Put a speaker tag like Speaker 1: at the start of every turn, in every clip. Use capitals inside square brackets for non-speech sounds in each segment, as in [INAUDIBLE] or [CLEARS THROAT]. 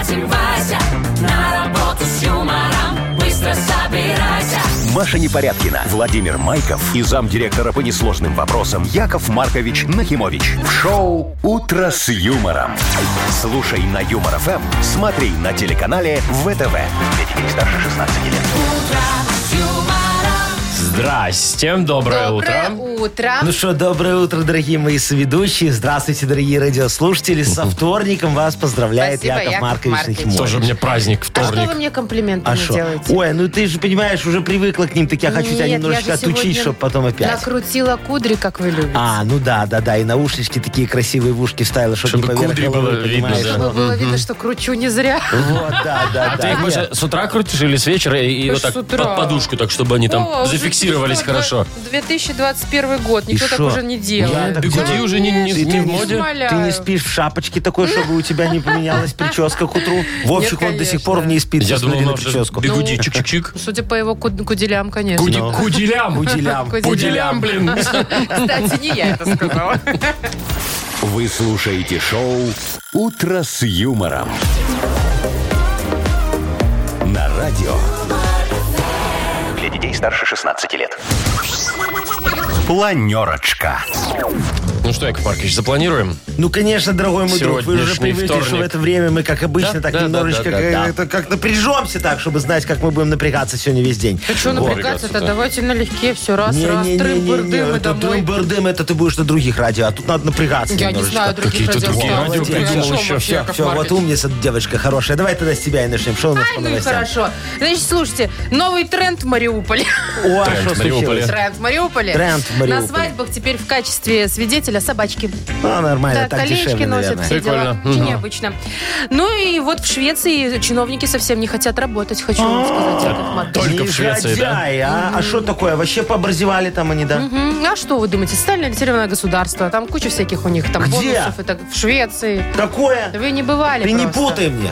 Speaker 1: этим Вася На работу с юмором Быстро собирайся
Speaker 2: Маша Непорядкина, Владимир Майков и замдиректора по несложным вопросам Яков Маркович Нахимович. В шоу «Утро с юмором». Слушай на Юмор ФМ, смотри на телеканале ВТВ. Для детей старше 16 лет.
Speaker 1: С юмором
Speaker 3: Здрасте, доброе,
Speaker 4: Доброе
Speaker 3: утро.
Speaker 4: утро.
Speaker 5: Ну что, доброе утро, дорогие мои соведущие. Здравствуйте, дорогие радиослушатели. Со вторником вас поздравляет
Speaker 4: Спасибо,
Speaker 5: Яков,
Speaker 4: Яков
Speaker 5: Маркович
Speaker 4: Маркович.
Speaker 5: Нахимович.
Speaker 3: Тоже мне праздник,
Speaker 4: а что
Speaker 3: вторник.
Speaker 4: вы мне комплименты не
Speaker 5: Ну, А шо?
Speaker 4: делаете?
Speaker 5: Ой, ну ты же понимаешь, уже привыкла к ним, так я хочу тебя
Speaker 4: Нет, я
Speaker 5: немножечко
Speaker 4: же сегодня
Speaker 5: отучить, чтобы потом опять.
Speaker 4: Накрутила кудри, как вы любите.
Speaker 5: А, ну да, да, да, и наушнички такие красивые в ушки вставила, чтобы,
Speaker 3: Чтобы
Speaker 5: не поверх
Speaker 3: кудри
Speaker 5: головы,
Speaker 3: было видно,
Speaker 5: понимаешь?
Speaker 3: да.
Speaker 4: Чтобы было видно, что кручу не зря.
Speaker 5: Вот, да, да,
Speaker 3: А
Speaker 5: да.
Speaker 3: ты их,
Speaker 5: Нет.
Speaker 3: Маша, с утра крутишь или с вечера? И, и
Speaker 4: Ты
Speaker 3: вот
Speaker 4: ж
Speaker 3: так
Speaker 4: с утра.
Speaker 3: под подушку, так чтобы они там
Speaker 4: О, уже
Speaker 3: зафиксировались
Speaker 4: что, два-
Speaker 3: хорошо.
Speaker 4: 2021 год, никто
Speaker 5: И
Speaker 4: так
Speaker 5: шо?
Speaker 4: уже не делает.
Speaker 5: Я так
Speaker 3: Бигуди
Speaker 5: делаю.
Speaker 3: уже не, не-
Speaker 5: И
Speaker 3: не
Speaker 5: ты
Speaker 3: в моде?
Speaker 4: Умоляю.
Speaker 5: Ты не спишь в шапочке такой, чтобы у тебя не поменялась прическа к утру? Вовчик вот до сих пор в ней спит,
Speaker 3: Я думал,
Speaker 5: посмотри на
Speaker 3: нам же
Speaker 5: прическу. Ну.
Speaker 3: бигуди,
Speaker 4: Ну.
Speaker 3: чик-чик-чик.
Speaker 4: Судя по его куд- куделям, конечно.
Speaker 3: Куди- Куделям.
Speaker 5: Куделям.
Speaker 3: Куделям, блин.
Speaker 4: Кстати, не я это сказала.
Speaker 2: Вы слушаете шоу «Утро с юмором». На радио. Для детей старше 16 лет. Планерочка.
Speaker 3: Ну что, Яков Маркович, запланируем?
Speaker 5: Ну, конечно, дорогой мой друг, вы уже
Speaker 3: Сегодняшний
Speaker 5: привыкли, что в
Speaker 3: вторник.
Speaker 5: это время мы, как обычно,
Speaker 3: Да,
Speaker 5: так
Speaker 3: да, да,
Speaker 5: немножечко
Speaker 3: да, да,
Speaker 5: как,
Speaker 3: да.
Speaker 5: это как напряжемся так, чтобы знать, как мы будем напрягаться сегодня весь день.
Speaker 4: Что напрягаться-то? Давайте налегке, все раз, раз, трым-бырдым и
Speaker 5: это
Speaker 4: домой.
Speaker 5: трым-бырдым, это ты будешь на других радио, а тут надо напрягаться
Speaker 4: Я не
Speaker 5: немножечко.
Speaker 4: знаю других
Speaker 3: Какие-то другие
Speaker 4: радиостанций.
Speaker 5: радио
Speaker 4: Вы о
Speaker 5: придумал
Speaker 4: чем
Speaker 3: еще.
Speaker 4: вообще,
Speaker 3: Всё,
Speaker 4: Яков
Speaker 5: Все, вот
Speaker 4: Маркович?
Speaker 5: умница, девочка хорошая. Давай тогда с тебя и начнем. Что у нас
Speaker 4: Ай,
Speaker 5: по
Speaker 4: ну и
Speaker 5: новостям?
Speaker 4: хорошо. Значит, слушайте, новый тренд в
Speaker 5: [LAUGHS]
Speaker 4: Мариуполе.
Speaker 5: О, а
Speaker 3: Тренд
Speaker 5: что
Speaker 3: в Мариуполе.
Speaker 5: случилось?
Speaker 4: Тренд в Мариуполе.
Speaker 5: Тренд в Мариуполе.
Speaker 4: На свадьбах теперь в качестве свидетеля собачки.
Speaker 5: Ну, нормально,
Speaker 4: Да,
Speaker 5: так дешевле,
Speaker 4: колечки носят,
Speaker 5: наверное.
Speaker 4: все дела.
Speaker 3: Прикольно.
Speaker 4: Очень
Speaker 3: Мгм.
Speaker 4: необычно. Ну и вот в Швеции чиновники совсем не хотят работать, хочу вам сказать, Яков Маркович.
Speaker 3: Только в Швеции, да?
Speaker 5: Негодяи, А А что такое? Вообще пообразевали там они, да?
Speaker 4: Мгм. А что вы думаете, социально ориентированное государство, там куча всяких у них, там
Speaker 5: Где?
Speaker 4: бонусов, и так, в Швеции.
Speaker 5: Такое?
Speaker 4: Да Вы не бывали
Speaker 5: Ты не
Speaker 4: просто.
Speaker 5: путай мне.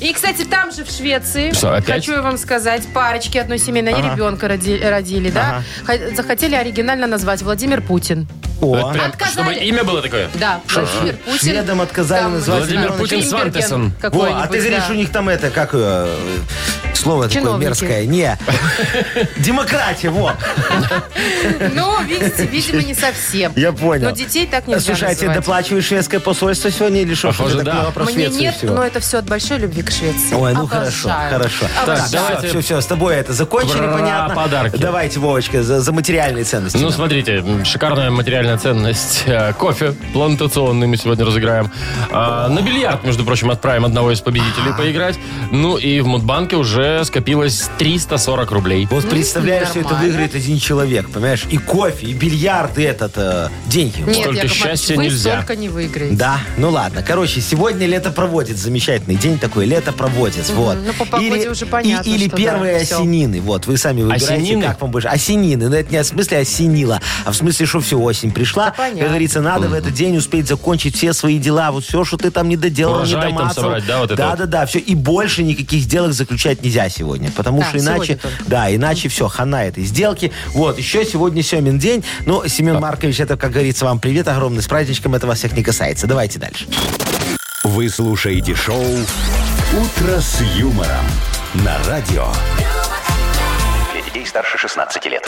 Speaker 4: И, кстати, там же, в Швеции,
Speaker 3: Что, опять?
Speaker 4: хочу я вам сказать, парочки одной семейной, они
Speaker 5: Ага.
Speaker 4: ребенка роди- родили, да? Ха- Захотели оригинально назвать Владимир Путин.
Speaker 5: О,
Speaker 3: Вот прям,
Speaker 4: Отказали.
Speaker 3: чтобы имя было такое.
Speaker 4: Да, Владимир Путин.
Speaker 5: Шведам отказали
Speaker 4: Там,
Speaker 5: назвать
Speaker 4: не знаю,
Speaker 3: Владимир Путин
Speaker 4: Гринберген
Speaker 3: Свантессон.
Speaker 5: Во,
Speaker 4: какой-нибудь,
Speaker 5: а ты говоришь,
Speaker 4: да.
Speaker 5: у них там это, как ее, э, слово такое
Speaker 4: Чиновники.
Speaker 5: мерзкое.
Speaker 4: [LAUGHS]
Speaker 5: Не. Демократия, вот.
Speaker 4: [LAUGHS] Ну, видите, видимо, не совсем.
Speaker 5: Я понял.
Speaker 4: Но детей так нельзя
Speaker 5: Слушай, а тебе
Speaker 4: называть.
Speaker 5: доплачиваешь шведское посольство сегодня или что? Что
Speaker 3: Похоже,
Speaker 5: ты так
Speaker 3: да.
Speaker 5: много про
Speaker 4: Мне
Speaker 5: Швецию
Speaker 4: нет,
Speaker 5: всего?
Speaker 4: но это все от большой любви к Швеции.
Speaker 5: Ой, ну
Speaker 4: Обожаю.
Speaker 5: хорошо, хорошо.
Speaker 4: Обожаю.
Speaker 3: Так, давайте.
Speaker 5: Все, все, с тобой это закончили,
Speaker 3: Про
Speaker 5: понятно.
Speaker 3: подарки.
Speaker 5: Давайте, Вовочка, за, за материальные ценности.
Speaker 3: Ну,
Speaker 5: нам.
Speaker 3: смотрите, м, шикарная материальная ценность. Э, Кофе плантационный мы сегодня разыграем. А, На бильярд, между прочим, отправим одного из победителей поиграть. Ну и в Мудбанке уже скопилось 340 рублей.
Speaker 5: вот представляешь, что это
Speaker 4: нормально.
Speaker 5: выиграет один человек, понимаешь? И кофе, и бильярд, и этот, э, деньги.
Speaker 4: Нет,
Speaker 3: Столько
Speaker 4: Яков Маркович,
Speaker 3: счастья
Speaker 4: вы
Speaker 3: нельзя.
Speaker 4: столько не выиграете.
Speaker 5: Да, ну ладно. Короче, сегодня лето проводит. Замечательный день такой. Лето проводит. Вот.
Speaker 4: ну, по погоде
Speaker 5: или,
Speaker 4: уже понятно,
Speaker 5: и- или
Speaker 4: что
Speaker 5: первые
Speaker 4: да, всё.
Speaker 5: осенины. Вот, вы сами выбираете,
Speaker 3: Осенины?
Speaker 5: как вам больше. Осенины. Но это не в смысле осенила, а в смысле, что все, осень пришла.
Speaker 4: понятно.
Speaker 5: как говорится, надо в этот день успеть закончить все свои дела. Вот все, что ты там не доделал,
Speaker 3: Урожай там
Speaker 5: не домацал.
Speaker 3: собрать, да, вот это
Speaker 5: да,
Speaker 3: вот.
Speaker 5: да, да, все. И больше никаких сделок заключать нельзя сегодня. Потому
Speaker 4: Да,
Speaker 5: что иначе,
Speaker 4: сегодня только.
Speaker 5: да, иначе все, хана этой сделки. Вот, еще сегодня Семин день. Но, Семен Маркович, это, как говорится, вам привет огромный с праздничком. Это вас всех не касается. Давайте дальше.
Speaker 2: Вы слушаете шоу «Утро с юмором» на радио. Для детей старше 16 лет.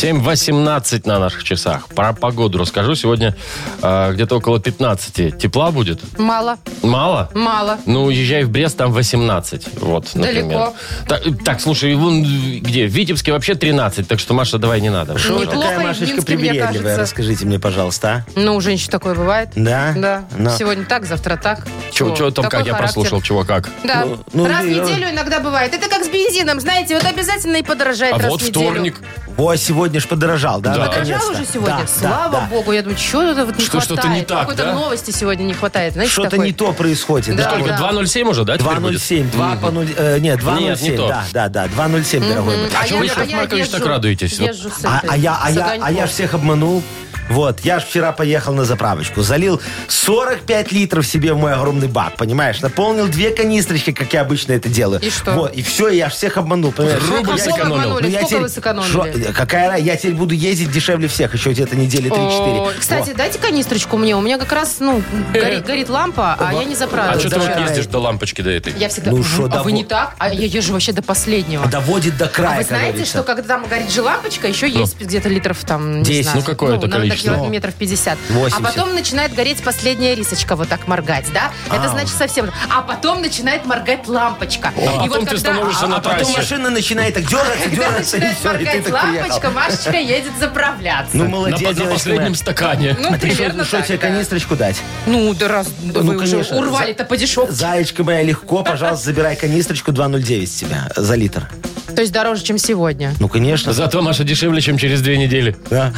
Speaker 3: 7.18 на наших часах. Про погоду расскажу. Сегодня э, где-то около 15 тепла будет.
Speaker 4: Мало,
Speaker 3: Мало?
Speaker 4: мало.
Speaker 3: Ну, езжай в Брест, там 18. Вот, например.
Speaker 4: Далеко.
Speaker 3: Так, так, слушай, вон где? В Витебске вообще 13, так что, Маша, давай не надо.
Speaker 5: Что вы
Speaker 4: Неплохо
Speaker 5: такая,
Speaker 4: и в
Speaker 5: Машечка,
Speaker 4: Минске, мне
Speaker 5: привередливая?
Speaker 4: кажется.
Speaker 5: Расскажите мне, пожалуйста, а?
Speaker 4: Ну, у женщин такое бывает.
Speaker 5: Да?
Speaker 4: Да.
Speaker 5: Но-
Speaker 4: Сегодня так, завтра так.
Speaker 3: Чего,
Speaker 4: Что,
Speaker 3: чего там,
Speaker 4: такой
Speaker 3: как я
Speaker 4: характер.
Speaker 3: прослушал, чего как?
Speaker 4: Да.
Speaker 5: Ну, ну,
Speaker 4: раз в
Speaker 5: и-
Speaker 4: неделю иногда бывает. Это как с бензином, знаете, вот обязательно и подорожает
Speaker 3: А
Speaker 4: раз
Speaker 3: вот
Speaker 4: в неделю.
Speaker 3: вторник.
Speaker 5: Во, сегодня ж подорожал, да?
Speaker 3: Да.
Speaker 4: Подорожало
Speaker 5: наконец-то?
Speaker 4: уже сегодня?
Speaker 5: Да,
Speaker 4: Слава
Speaker 5: да, да.
Speaker 4: богу, я думаю, чего это вот не
Speaker 3: Что,
Speaker 4: хватает?
Speaker 3: что-то не так,
Speaker 4: Какой-то
Speaker 3: да?
Speaker 4: новости сегодня не хватает, знаете,
Speaker 5: Что-то
Speaker 4: такой?
Speaker 5: не то происходит.
Speaker 4: Да.
Speaker 5: да.
Speaker 3: Только
Speaker 4: Да.
Speaker 3: 2.07 уже, да, теперь будет?
Speaker 5: 2.07, 2 по 0, э, нет, 2.07,
Speaker 3: не то.
Speaker 5: да, да, да, 2.07, дорогой мой.
Speaker 3: А чего вы, Яков Маркович, так радуетесь?
Speaker 4: езжу с
Speaker 5: А,
Speaker 4: этой,
Speaker 5: а я, а
Speaker 4: с
Speaker 5: я, а
Speaker 4: огоньком.
Speaker 5: я ж всех обманул. Вот, я ж вчера поехал на заправочку, залил 45 литров себе в мой огромный бак, понимаешь? Наполнил две канистрочки, как я обычно это делаю.
Speaker 4: И что?
Speaker 5: Вот, и все, я аж всех обманул, понимаешь?
Speaker 3: Рубль
Speaker 5: Я-
Speaker 4: Как много
Speaker 3: сэкономил.
Speaker 4: обманули?
Speaker 5: ну, я
Speaker 4: Сколько
Speaker 5: теперь-
Speaker 4: вы сэкономили?
Speaker 5: Шо- э, какая ра- Я теперь буду ездить дешевле всех, еще где-то недели 3-4.
Speaker 4: О, Кстати, дайте канистрочку мне. У меня как раз, ну, гори- горит лампа, а я не
Speaker 3: Э. А что
Speaker 4: заправилась.
Speaker 3: ты вот
Speaker 5: давай.
Speaker 3: ездишь до лампочки до этой?
Speaker 4: Я всегда...
Speaker 5: Ну
Speaker 4: а
Speaker 5: шо,
Speaker 4: вы
Speaker 5: дово-
Speaker 4: не так? А я езжу вообще до последнего.
Speaker 5: доводит до края,
Speaker 4: А вы
Speaker 5: как
Speaker 4: знаете,
Speaker 5: говорится.
Speaker 4: что когда там горит же лампочка, еще есть
Speaker 5: Ну.
Speaker 4: где-то литров там, не
Speaker 5: 10.
Speaker 4: знаю.
Speaker 3: Ну, какое-то
Speaker 4: надо
Speaker 3: количество.
Speaker 5: Ну.
Speaker 4: километров 50.
Speaker 5: 80.
Speaker 4: А потом начинает гореть последняя рисочка вот так моргать, да? Это значит совсем... А потом начинает моргать лампочка. И
Speaker 3: потом ты становишься
Speaker 4: а-
Speaker 3: на
Speaker 5: А потом
Speaker 3: трассе.
Speaker 5: машина начинает так дергаться,
Speaker 4: [LAUGHS] Когда
Speaker 5: дергаться, и
Speaker 4: начинает
Speaker 5: все, и ты
Speaker 4: моргать
Speaker 5: так приехал.
Speaker 4: лампочка, Машечка едет заправляться. Ну,
Speaker 5: Ну,
Speaker 3: На,
Speaker 5: молодец,
Speaker 3: по- на
Speaker 5: девочка
Speaker 3: последнем
Speaker 5: моя.
Speaker 3: стакане.
Speaker 5: А ты что,
Speaker 4: примерно
Speaker 5: что
Speaker 4: так,
Speaker 5: тебе
Speaker 4: да.
Speaker 5: канистрочку дать?
Speaker 4: Ну, да раз да
Speaker 5: Ну,
Speaker 4: вы уже
Speaker 5: конечно.
Speaker 4: урвали-то по дешевке.
Speaker 5: Заячка моя, легко, пожалуйста, забирай канистрочку 2,09 с тебя за литр.
Speaker 4: То есть дороже, чем сегодня.
Speaker 5: Ну, конечно.
Speaker 3: Зато Маша дешевле, чем через две недели.
Speaker 5: Да.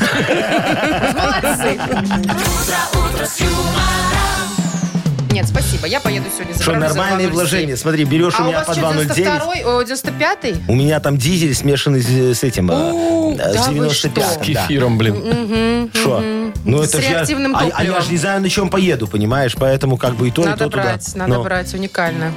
Speaker 4: Молодцы. Нет, спасибо, я поеду сегодня
Speaker 5: Что,
Speaker 4: заправлюсь за
Speaker 5: нормальные
Speaker 4: 2.07.
Speaker 5: вложения. Смотри, берешь
Speaker 4: А
Speaker 5: у
Speaker 4: у
Speaker 5: меня
Speaker 4: вас
Speaker 5: по
Speaker 4: что,
Speaker 5: 2,09.
Speaker 4: 92-й, о, 95-й?
Speaker 5: У меня там дизель смешанный с с этим, э,
Speaker 4: У,
Speaker 5: э,
Speaker 4: да
Speaker 5: с
Speaker 4: вы
Speaker 5: 95
Speaker 4: что?
Speaker 3: Кефиром, блин.
Speaker 5: Что? Ну,
Speaker 4: С
Speaker 5: это ж я-
Speaker 4: реактивным
Speaker 5: а- А я
Speaker 4: топливом.
Speaker 5: же не знаю, на чем поеду, понимаешь? Поэтому как бы и то, и
Speaker 4: Надо
Speaker 5: то туда.
Speaker 4: брать, надо
Speaker 5: Ну.
Speaker 4: брать, уникально.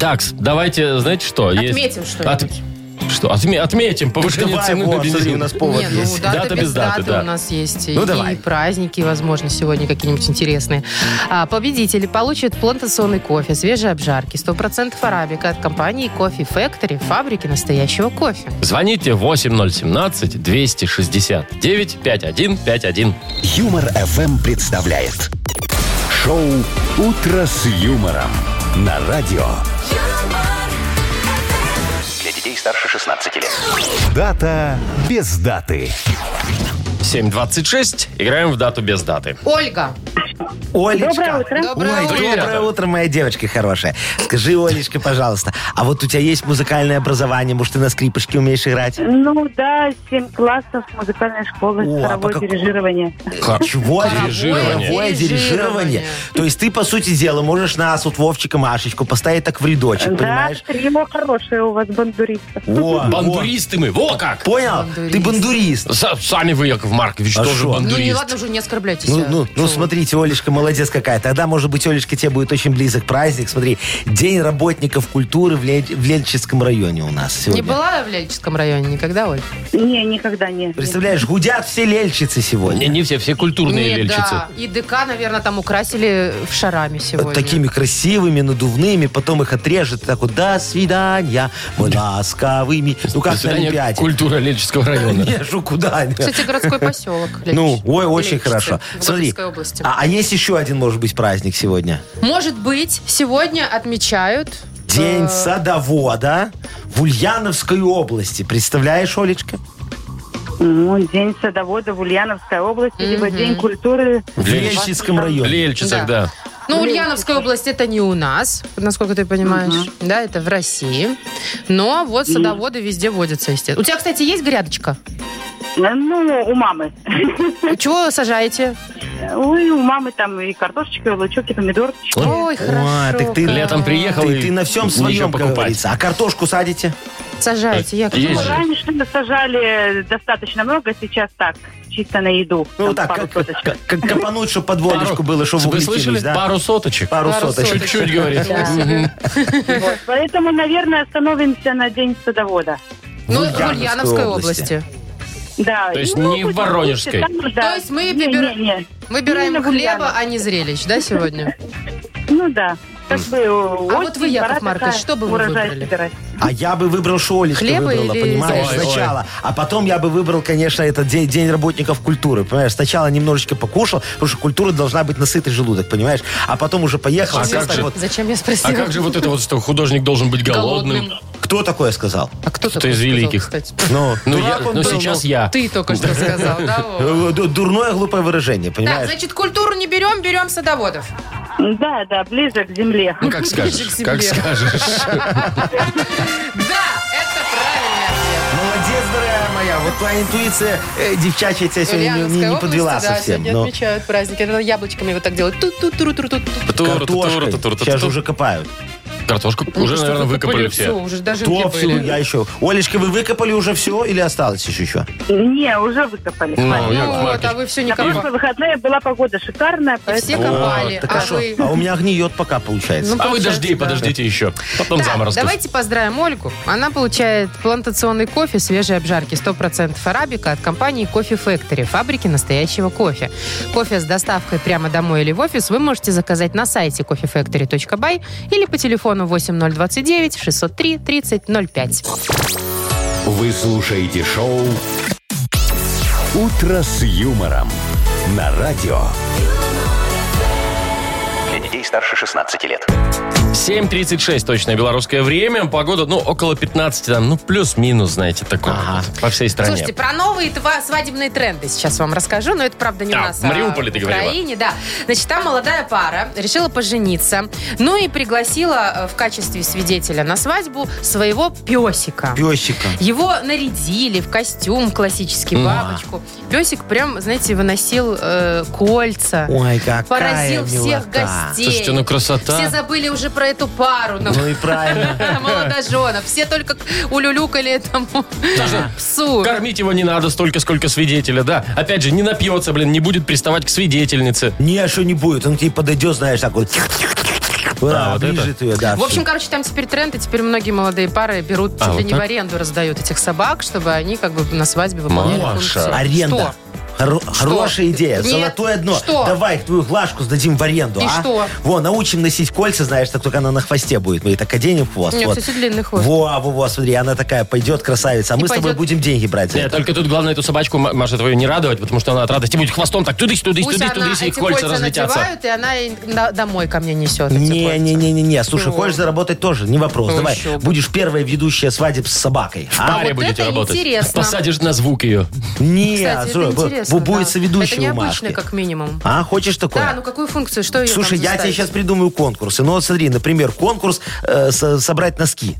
Speaker 3: Так, давайте, знаете что? есть-
Speaker 4: Отметим что-нибудь.
Speaker 3: От- Что? Отме- Отметим повышение
Speaker 5: Давай,
Speaker 3: цены на
Speaker 5: вот, смотри, у
Speaker 3: бензин.
Speaker 5: нас повод
Speaker 4: Не, ну
Speaker 5: есть.
Speaker 4: дата,
Speaker 3: Дата без
Speaker 4: без
Speaker 3: даты,
Speaker 4: даты,
Speaker 3: да.
Speaker 4: у нас есть.
Speaker 5: Ну,
Speaker 4: и
Speaker 5: давай.
Speaker 4: праздники, возможно, сегодня какие-нибудь интересные. А, победители получат плантационный кофе свежей обжарки, 100% арабика от компании Coffee Factory, фабрики настоящего кофе.
Speaker 3: Звоните 8017-269-5151.
Speaker 2: Юмор FM представляет шоу Утро с юмором на радио.
Speaker 6: Для детей старше 16 лет.
Speaker 2: Дата без даты.
Speaker 3: 726. Играем в дату без даты.
Speaker 4: Ольга,
Speaker 5: Олечка.
Speaker 7: Доброе утро.
Speaker 4: доброе
Speaker 5: Ой,
Speaker 4: утро.
Speaker 3: Привет,
Speaker 5: доброе
Speaker 3: Оля.
Speaker 5: утро, моя девочка хорошая. Скажи, Олечка, пожалуйста, а вот у тебя есть музыкальное образование, может, ты на скрипочке умеешь играть?
Speaker 7: Ну да, 7 классов музыкальной школы,
Speaker 5: О, а
Speaker 7: хоровое
Speaker 5: по какому-
Speaker 7: дирижирование.
Speaker 5: Чего?
Speaker 3: Дирижирование.
Speaker 5: Хоровое дирижирование.
Speaker 4: Дирижирование.
Speaker 5: То есть ты, по сути дела, можешь нас, вот Вовчика, Машечку, поставить так в рядочек,
Speaker 7: Да,
Speaker 5: понимаешь?
Speaker 7: трио хорошее у вас, бандуристов.
Speaker 5: Во,
Speaker 3: Бандуристы мы. Во как!
Speaker 5: во. Понял? Ты бандурист.
Speaker 3: Са- Сами вы, Яков Маркович,
Speaker 5: А
Speaker 3: тоже
Speaker 5: шо?
Speaker 4: Ну не
Speaker 3: бандурист.
Speaker 4: ладно уже, не оскорбляйтесь.
Speaker 5: Ну,
Speaker 4: а.
Speaker 5: ну, ну,
Speaker 4: Чего?
Speaker 5: смотрите, Олечка, молодец какая. Тогда, может быть, Олечка, тебе будет очень близок праздник. Смотри, День работников культуры в, Ле- в Лельчинском районе у нас
Speaker 4: Не
Speaker 5: сегодня.
Speaker 4: была в Ляльческом районе никогда, Оль?
Speaker 7: [LAUGHS] Не, никогда не.
Speaker 5: Представляешь, гудят все лельчицы сегодня.
Speaker 3: Не, не все, все культурные
Speaker 4: Не,
Speaker 3: лельчицы.
Speaker 4: да. И ДК, наверное, там украсили в шарами сегодня.
Speaker 5: Такими красивыми, надувными, потом их отрежет так вот, до свидания, мы ласковыми. Ну
Speaker 3: До
Speaker 5: как на
Speaker 3: свидания,
Speaker 5: Олимпиаде?
Speaker 3: Культура Лельческого
Speaker 5: [LAUGHS]
Speaker 3: района.
Speaker 5: Не, ну куда?
Speaker 4: Кстати, городской поселок. Ляльч.
Speaker 5: Ну, ой, очень
Speaker 4: Ляльчицы
Speaker 5: хорошо.
Speaker 4: В
Speaker 5: Смотри,
Speaker 4: Владимирской области.
Speaker 5: а, а есть еще один, может быть, праздник сегодня?
Speaker 4: Может быть, сегодня отмечают...
Speaker 5: День
Speaker 4: э,
Speaker 5: садовода в Ульяновской области. Представляешь, Олечка?
Speaker 7: Ну, День садовода в Ульяновской области, либо День культуры.
Speaker 5: В Лельчинском
Speaker 3: В
Speaker 5: районе.
Speaker 3: Лельчицах, да.
Speaker 4: Ну, Ульяновская область это не у нас, насколько ты понимаешь. Да, это в России. Но вот садоводы везде водятся, естественно. У тебя, кстати, есть грядочка?
Speaker 7: Ну, у мамы. [LAUGHS]
Speaker 4: Чего сажаете?
Speaker 7: Ой, у мамы там и картошечка, и лучок, и помидор.
Speaker 4: Ой,
Speaker 5: Ой,
Speaker 4: хорошо.
Speaker 5: так ты
Speaker 4: как.
Speaker 3: Летом приехал
Speaker 5: Ты,
Speaker 3: и
Speaker 5: ты на всем
Speaker 3: нечего
Speaker 5: своем, как
Speaker 3: покупать.
Speaker 5: говорится. А картошку садите?
Speaker 4: Сажаете, я
Speaker 3: Есть же.
Speaker 7: Ну, Раньше мы сажали достаточно много, сейчас так, чисто на еду.
Speaker 5: Ну, вот
Speaker 7: Там
Speaker 5: так,
Speaker 7: пару
Speaker 5: как,
Speaker 7: соточек.
Speaker 5: как- как копануть, чтобы под водочку было, чтобы
Speaker 3: Вы
Speaker 5: угли
Speaker 3: слышали?
Speaker 5: кинуть, да?
Speaker 3: Пару соточек.
Speaker 5: Пару
Speaker 4: Пару
Speaker 5: соточек.
Speaker 4: соточек.
Speaker 3: Чуть-чуть, говорит. Мгм.
Speaker 7: Вот. Поэтому, наверное, остановимся на День садовода.
Speaker 4: Ну, в
Speaker 5: Ульяновской
Speaker 4: Ульяновской
Speaker 5: области.
Speaker 4: области.
Speaker 7: Да.
Speaker 3: То есть
Speaker 7: и, ну,
Speaker 3: не
Speaker 7: будет
Speaker 3: в Воронежской.
Speaker 7: лучше, там, да.
Speaker 4: То есть мы
Speaker 7: не,
Speaker 4: выбира-
Speaker 7: не, не.
Speaker 4: Выбираем
Speaker 7: Именно в
Speaker 4: хлеба,
Speaker 7: Ульяновске.
Speaker 4: а не зрелищ, да, сегодня?
Speaker 7: Ну да. Как бы
Speaker 4: А вот вы, Яков Маркович, что бы вы выбрали?
Speaker 5: А я бы выбрал Шолечка
Speaker 4: Хлеба
Speaker 5: выбрала,
Speaker 4: или
Speaker 5: понимаешь,
Speaker 3: зайца? Ой, ой.
Speaker 5: сначала. А потом я бы выбрал, конечно, этот день, день работников культуры. Понимаешь, сначала немножечко покушал, потому что культура должна быть насытый желудок, понимаешь? А потом уже поехал.
Speaker 3: А
Speaker 5: всё
Speaker 3: как
Speaker 5: так
Speaker 3: же?
Speaker 5: вот.
Speaker 4: Зачем я
Speaker 3: А
Speaker 4: спросила?
Speaker 3: как же вот это вот, что художник должен быть голодным?
Speaker 5: Кто такое сказал?
Speaker 4: А кто
Speaker 3: Кто
Speaker 4: такой
Speaker 3: из
Speaker 4: сказал,
Speaker 3: великих?
Speaker 4: кстати?
Speaker 5: Ну,
Speaker 3: Ну,
Speaker 5: дурак
Speaker 3: я-
Speaker 5: он
Speaker 3: ну,
Speaker 5: был,
Speaker 3: сейчас я.
Speaker 4: Ты только что сказал, да, Вова?
Speaker 5: ну, э, ду- Дурное глупое выражение,
Speaker 4: Так,
Speaker 5: понимаешь?
Speaker 4: значит, культуру не берем, берем садоводов.
Speaker 7: Да, да, ближе к земле.
Speaker 3: Ну, как скажешь.
Speaker 4: Ближе к
Speaker 3: Как
Speaker 4: земле.
Speaker 3: скажешь.
Speaker 4: Да, это правильно.
Speaker 5: Молодец, дорогая моя. Вот твоя интуиция э, девчачья тебя сегодня не- не, не подвела совсем.
Speaker 4: сегодня
Speaker 5: ну.
Speaker 4: отмечают праздники. Наверное, яблочками вот так делают. Тут, тут, тут, тут, тут.
Speaker 3: Тура-тура-тура-тура-тура-тура.
Speaker 5: Сейчас же уже копают.
Speaker 3: Картошку
Speaker 4: Ну,
Speaker 3: уже,
Speaker 4: что
Speaker 3: наверное, выкопали
Speaker 4: Всё,
Speaker 3: все.
Speaker 4: уже даже были.
Speaker 5: То все, я еще. Олечка, вы выкопали уже все или осталось еще еще?
Speaker 7: Не, уже выкопали.
Speaker 3: Ну,
Speaker 7: Хватит.
Speaker 3: Яков
Speaker 4: Ну вот,
Speaker 3: Маркович.
Speaker 4: а вы все не
Speaker 7: На прошлые
Speaker 4: копали.
Speaker 7: выходные была погода шикарная,
Speaker 4: И все
Speaker 7: поэтому...
Speaker 4: копали.
Speaker 3: Вот,
Speaker 5: Так а, шо?
Speaker 4: вы...
Speaker 5: а у меня гниет пока получается.
Speaker 4: Ну,
Speaker 3: А вы
Speaker 4: получается,
Speaker 3: дожди,
Speaker 4: да.
Speaker 3: подождите еще. Потом
Speaker 4: Так,
Speaker 3: заморозки.
Speaker 4: давайте поздравим Ольгу. Она получает плантационный кофе свежей обжарки 100% арабика от компании Coffee Factory, фабрики настоящего кофе. Кофе с доставкой прямо домой или в офис вы можете заказать на сайте coffeefactory.by или по телефону 8029 603 3005.
Speaker 2: Вы слушаете шоу «Утро с юмором» на радио.
Speaker 6: Для детей старше 16 лет.
Speaker 3: 7.36 точное белорусское время. Погода, ну, около 15, там, ну, плюс-минус, знаете, такое. вот По всей стране.
Speaker 4: Слушайте, про новые тва- свадебные тренды сейчас вам расскажу, но это правда не
Speaker 3: А,
Speaker 4: у нас,
Speaker 3: в Мариуполе
Speaker 4: а
Speaker 3: ты
Speaker 4: в
Speaker 3: говорила.
Speaker 4: Украине, да. Значит, там молодая пара решила пожениться, ну и пригласила э, в качестве свидетеля на свадьбу своего песика.
Speaker 5: Песика.
Speaker 4: Его нарядили в костюм классический, бабочку. Песик прям, знаете, выносил э, кольца,
Speaker 5: Ой, какая
Speaker 4: поразил всех
Speaker 5: милота.
Speaker 4: гостей.
Speaker 3: Слушайте, ну красота.
Speaker 4: Все забыли уже про эту пару. на
Speaker 5: Ну и правильно.
Speaker 4: [LAUGHS] молодоженов. Все только улюлюкали этому
Speaker 3: Даже
Speaker 4: псу.
Speaker 3: Кормить его не надо столько, сколько свидетеля, да. Опять же, не напьется, блин, не будет приставать к свидетельнице.
Speaker 5: Не, а что не будет? Он к ней подойдет, знаешь, так вот.
Speaker 3: А,
Speaker 5: Да,
Speaker 3: вот
Speaker 5: ближет ее, да.
Speaker 4: В общем, короче, там теперь тренд, и теперь многие молодые пары берут чуть
Speaker 3: А,
Speaker 4: ли
Speaker 3: вот
Speaker 4: не
Speaker 3: так?
Speaker 4: в аренду, раздают этих собак, чтобы они как бы на свадьбе выполняли
Speaker 3: Маша.
Speaker 4: функцию.
Speaker 5: всё. аренда.
Speaker 4: Что?
Speaker 5: Хоро- Хорошая идея.
Speaker 4: Нет.
Speaker 5: Золотое дно.
Speaker 4: Что?
Speaker 5: Давай твою глажку сдадим в аренду.
Speaker 4: И
Speaker 5: а?
Speaker 4: что?
Speaker 5: Во, научим носить кольца, знаешь, так только она на хвосте будет. Мы ее так оденем в хвост.
Speaker 4: У неё,
Speaker 5: вот.
Speaker 4: кстати, длинный хвост.
Speaker 5: Во, во, во, смотри, она такая пойдет, красавица. А мы с тобой
Speaker 4: пойдет.
Speaker 5: будем деньги брать. за
Speaker 3: Нет,
Speaker 5: это.
Speaker 3: Э, только тут главное эту собачку, Ма- Маша, твою не радовать, потому что она от радости будет хвостом так тудысь, тудысь,
Speaker 4: Пусть
Speaker 3: тудысь,
Speaker 4: она
Speaker 3: тудысь, и
Speaker 4: эти
Speaker 3: кольца разлетятся.
Speaker 4: надевают, и она и на- домой ко мне несет эти кольца.
Speaker 5: Не-не-не-не-не, слушай,
Speaker 4: Что?
Speaker 5: хочешь заработать тоже, не вопрос.
Speaker 4: Ну,
Speaker 5: Давай,
Speaker 4: еще бы.
Speaker 5: будешь первая ведущая свадеб с собакой.
Speaker 3: В
Speaker 5: А?
Speaker 3: паре
Speaker 4: вот
Speaker 3: будете
Speaker 4: это
Speaker 3: работать.
Speaker 4: интересно.
Speaker 3: Посадишь на звук ее.
Speaker 5: Не,
Speaker 4: Кстати, это
Speaker 5: слушай, бу-
Speaker 4: интересно,
Speaker 5: бу- будет
Speaker 4: да.
Speaker 5: соведущая
Speaker 4: Это
Speaker 5: у Машки.
Speaker 4: необычно, как минимум.
Speaker 5: А, хочешь такое?
Speaker 4: Да, ну какую функцию, что ее
Speaker 5: Слушай, я тебе сейчас придумаю конкурсы. Ну вот смотри, например, конкурс э, со- собрать носки.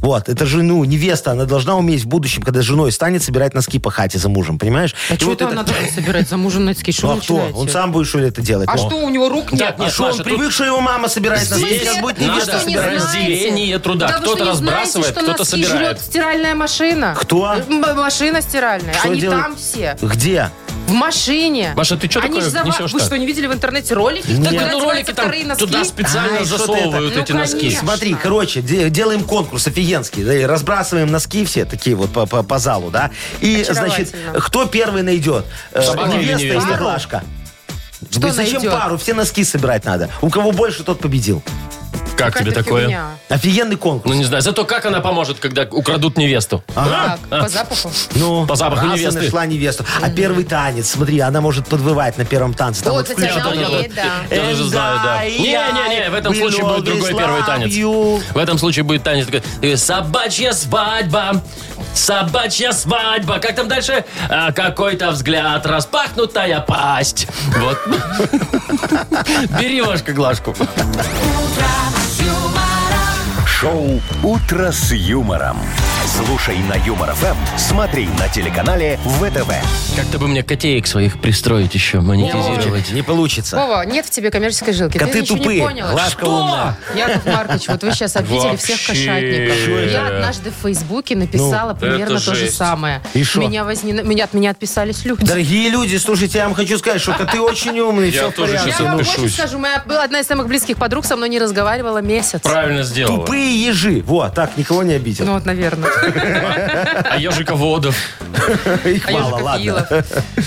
Speaker 5: Вот, это же, ну, невеста, она должна уметь в будущем, когда с женой станет, собирать носки по хате за мужем, понимаешь?
Speaker 4: А
Speaker 5: И
Speaker 4: что
Speaker 5: вот
Speaker 4: это
Speaker 5: [LAUGHS]
Speaker 4: она должна собирать за мужем носки? Что
Speaker 5: Ну,
Speaker 4: вы
Speaker 5: а кто?
Speaker 4: начинаете?
Speaker 5: Он сам будет, что ли, это делать?
Speaker 4: А
Speaker 5: Ну.
Speaker 4: что, у него рук
Speaker 3: Нет,
Speaker 4: нет?
Speaker 5: А
Speaker 3: нет,
Speaker 5: что, он
Speaker 3: Маша, тут-
Speaker 5: привык, что его мама собирает носки?
Speaker 4: Здесь
Speaker 5: Сейчас будет
Speaker 4: надо
Speaker 5: невеста
Speaker 4: Вы что, не
Speaker 5: собирать.
Speaker 4: знаете?
Speaker 3: разделение труда.
Speaker 4: Да вы
Speaker 3: кто-то
Speaker 4: что, не
Speaker 3: разбрасывает,
Speaker 4: знаете, что
Speaker 3: кто-то
Speaker 4: носки
Speaker 3: собирает.
Speaker 4: жрет стиральная машина? Э,
Speaker 5: Кто?
Speaker 4: М- Машина стиральная.
Speaker 5: Что
Speaker 4: Они
Speaker 5: делает?
Speaker 4: там все.
Speaker 5: Где?
Speaker 4: В машине.
Speaker 3: Маша, ты чё
Speaker 4: Они
Speaker 3: такое
Speaker 4: ж зава-
Speaker 3: несёшь-то?
Speaker 4: Вы что, не видели в интернете ролики?
Speaker 3: Так
Speaker 4: Куда
Speaker 3: вот ну,
Speaker 4: деваются
Speaker 3: ролики там
Speaker 4: вторые носки?
Speaker 3: туда специально
Speaker 5: Ай, что ты
Speaker 3: засовывают
Speaker 4: это?
Speaker 3: эти
Speaker 4: Ну,
Speaker 3: носки.
Speaker 4: конечно.
Speaker 5: Смотри, короче, де- делаем конкурс офигенский. да, и Разбрасываем носки все такие вот по, по- по залу, да? И, значит,
Speaker 4: Очаровательно.
Speaker 5: кто первый найдет? Э,
Speaker 3: Собаку или
Speaker 5: Невеста
Speaker 3: невесту?
Speaker 5: или Глашка?
Speaker 4: Что
Speaker 5: Вы зачем
Speaker 4: найдет?
Speaker 5: пару? Все носки собирать надо. У кого больше, тот победил.
Speaker 3: Как тебе
Speaker 4: Какая-то
Speaker 3: такое?
Speaker 4: фигня.
Speaker 5: Офигенный
Speaker 3: Ну,
Speaker 5: конкурс.
Speaker 3: не знаю. Зато как она поможет, когда украдут невесту?
Speaker 4: Так,
Speaker 3: А.
Speaker 4: по запаху.
Speaker 5: Ну,
Speaker 3: По запаху
Speaker 5: раз и
Speaker 3: невесты.
Speaker 5: нашла невесту. А первый танец, смотри, она может подвывать на первом танце. Там
Speaker 4: Вот,
Speaker 5: вот
Speaker 4: кстати,
Speaker 5: включат
Speaker 4: она
Speaker 5: вот это вот.
Speaker 4: умеет, да.
Speaker 3: Я даже знаю, да.
Speaker 5: And I-
Speaker 3: Не-не-не, в этом
Speaker 5: we
Speaker 3: случае будет
Speaker 5: always
Speaker 3: другой первый
Speaker 5: love
Speaker 3: танец.
Speaker 5: you.
Speaker 3: В этом случае будет танец такой, такой, собачья свадьба, собачья свадьба. Как там дальше? «А, какой-то взгляд, распахнутая пасть. Вот. [LAUGHS] Бери, Машка, глажку.
Speaker 2: Шоу «Утро с юмором». Слушай на Юмор ФМ, смотри на телеканале ВТВ.
Speaker 3: Как-то бы мне котеек своих пристроить еще, монетизировать.
Speaker 5: Не получится.
Speaker 4: Вова, нет в тебе коммерческой жилки.
Speaker 5: Коты
Speaker 4: Ты ничего не
Speaker 5: тупые.
Speaker 4: поняла.
Speaker 5: Глажка умная.
Speaker 4: Яков Маркович, вот вы сейчас обидели всех
Speaker 3: Вообще.
Speaker 4: кошатников. Я однажды в Фейсбуке написала примерно
Speaker 3: это
Speaker 4: то же
Speaker 3: жесть.
Speaker 4: самое.
Speaker 5: Ну, И шо?
Speaker 4: Меня, вознен- меня от меня отписались люди.
Speaker 5: Дорогие люди, слушайте, я вам хочу сказать, что ты очень умный, все в
Speaker 3: тоже
Speaker 5: порядке.
Speaker 4: Я
Speaker 3: сейчас
Speaker 4: вам больше
Speaker 3: отпишусь.
Speaker 4: скажу, моя была одна из самых близких подруг со мной не разговаривала месяц.
Speaker 3: Правильно сделала.
Speaker 5: Тупые ежи. Во, так, никого не
Speaker 4: Ну
Speaker 5: обидел.
Speaker 4: вот,
Speaker 5: [LAUGHS]
Speaker 4: наверное.
Speaker 3: А ежика водов.
Speaker 5: Их
Speaker 4: А я же
Speaker 5: мало,
Speaker 4: как
Speaker 5: ладно.
Speaker 4: Илов.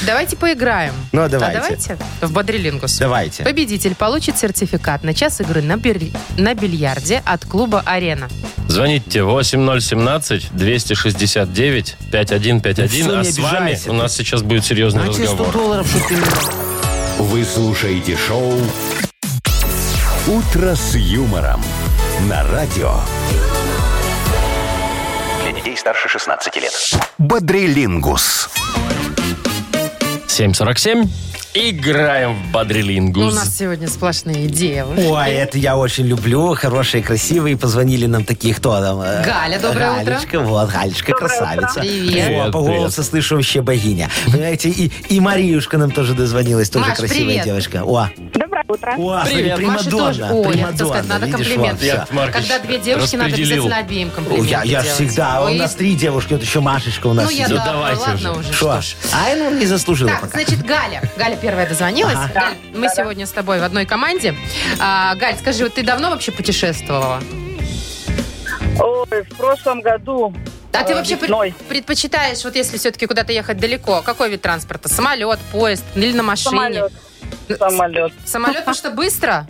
Speaker 4: Давайте поиграем.
Speaker 5: Ну,
Speaker 4: А
Speaker 5: давайте.
Speaker 4: давайте в Бодрилингус.
Speaker 5: Давайте.
Speaker 4: Победитель получит сертификат на час игры на, бир- на бильярде от клуба «Арена».
Speaker 3: Звоните 8017-269-5151.
Speaker 5: Ну,
Speaker 3: А
Speaker 5: не
Speaker 3: с вами
Speaker 5: обижайся
Speaker 3: у
Speaker 5: ты.
Speaker 3: нас сейчас будет серьезный
Speaker 5: А тебе 100
Speaker 3: разговор.
Speaker 5: долларов, чтоб ты не-
Speaker 2: Вы слушаете шоу «Утро с юмором» на радио.
Speaker 6: Для детей старше 16 лет.
Speaker 2: Бодрилингус.
Speaker 3: 747. Играем в
Speaker 4: Ну, у
Speaker 3: Бадрилингус.
Speaker 4: нас сегодня сплошные идеи. Вы
Speaker 5: Ой, это я очень люблю. Хорошие, красивые. Позвонили нам такие, кто там? э,
Speaker 4: Галя, доброе утро.
Speaker 5: Галечка, вот, Галечка, красавица.
Speaker 4: Привет.
Speaker 5: Во,
Speaker 3: Привет,
Speaker 5: по голосу слышу вообще богиня. Понимаете, и, и Мариюшка нам тоже дозвонилась, тоже
Speaker 4: Маш,
Speaker 5: красивая
Speaker 4: привет.
Speaker 5: девочка. О,
Speaker 7: Доброе
Speaker 8: утро.
Speaker 5: О,
Speaker 3: Привет.
Speaker 5: смотри,
Speaker 4: Маше
Speaker 5: примадонна,
Speaker 4: тоже- Ой, я хотела
Speaker 5: примадонна,
Speaker 4: сказать, надо
Speaker 5: видишь,
Speaker 4: комплимент.
Speaker 5: вот, всё.
Speaker 3: Яков Маркович
Speaker 4: Когда две девушки, надо
Speaker 3: распределил.
Speaker 4: обязательно обеим
Speaker 5: О,
Speaker 4: комплименты
Speaker 5: Я, я
Speaker 4: делать.
Speaker 5: всегда, а
Speaker 4: Ой,
Speaker 5: у нас три девушки, вот еще Машечка у нас
Speaker 4: Ну, я
Speaker 5: сидит.
Speaker 4: да,
Speaker 3: давайте
Speaker 4: ладно
Speaker 3: уже.
Speaker 4: уже, что
Speaker 5: Что?
Speaker 4: ж.
Speaker 5: Ай, ну не заслужила
Speaker 4: Так,
Speaker 5: пока.
Speaker 4: значит, Галя. Галя первая дозвонилась.
Speaker 5: Ага.
Speaker 4: Галь, мы сегодня с тобой в одной команде. А, Галь, скажи, вот ты давно вообще путешествовала?
Speaker 7: Ой, в прошлом году.
Speaker 4: А ты
Speaker 7: э,
Speaker 4: вообще пред-
Speaker 7: весной.
Speaker 4: предпочитаешь, вот если все-таки куда-то ехать далеко, какой вид транспорта? Самолет, поезд или на машине?
Speaker 7: Самолет. Самолет.
Speaker 4: Самолет, потому что быстро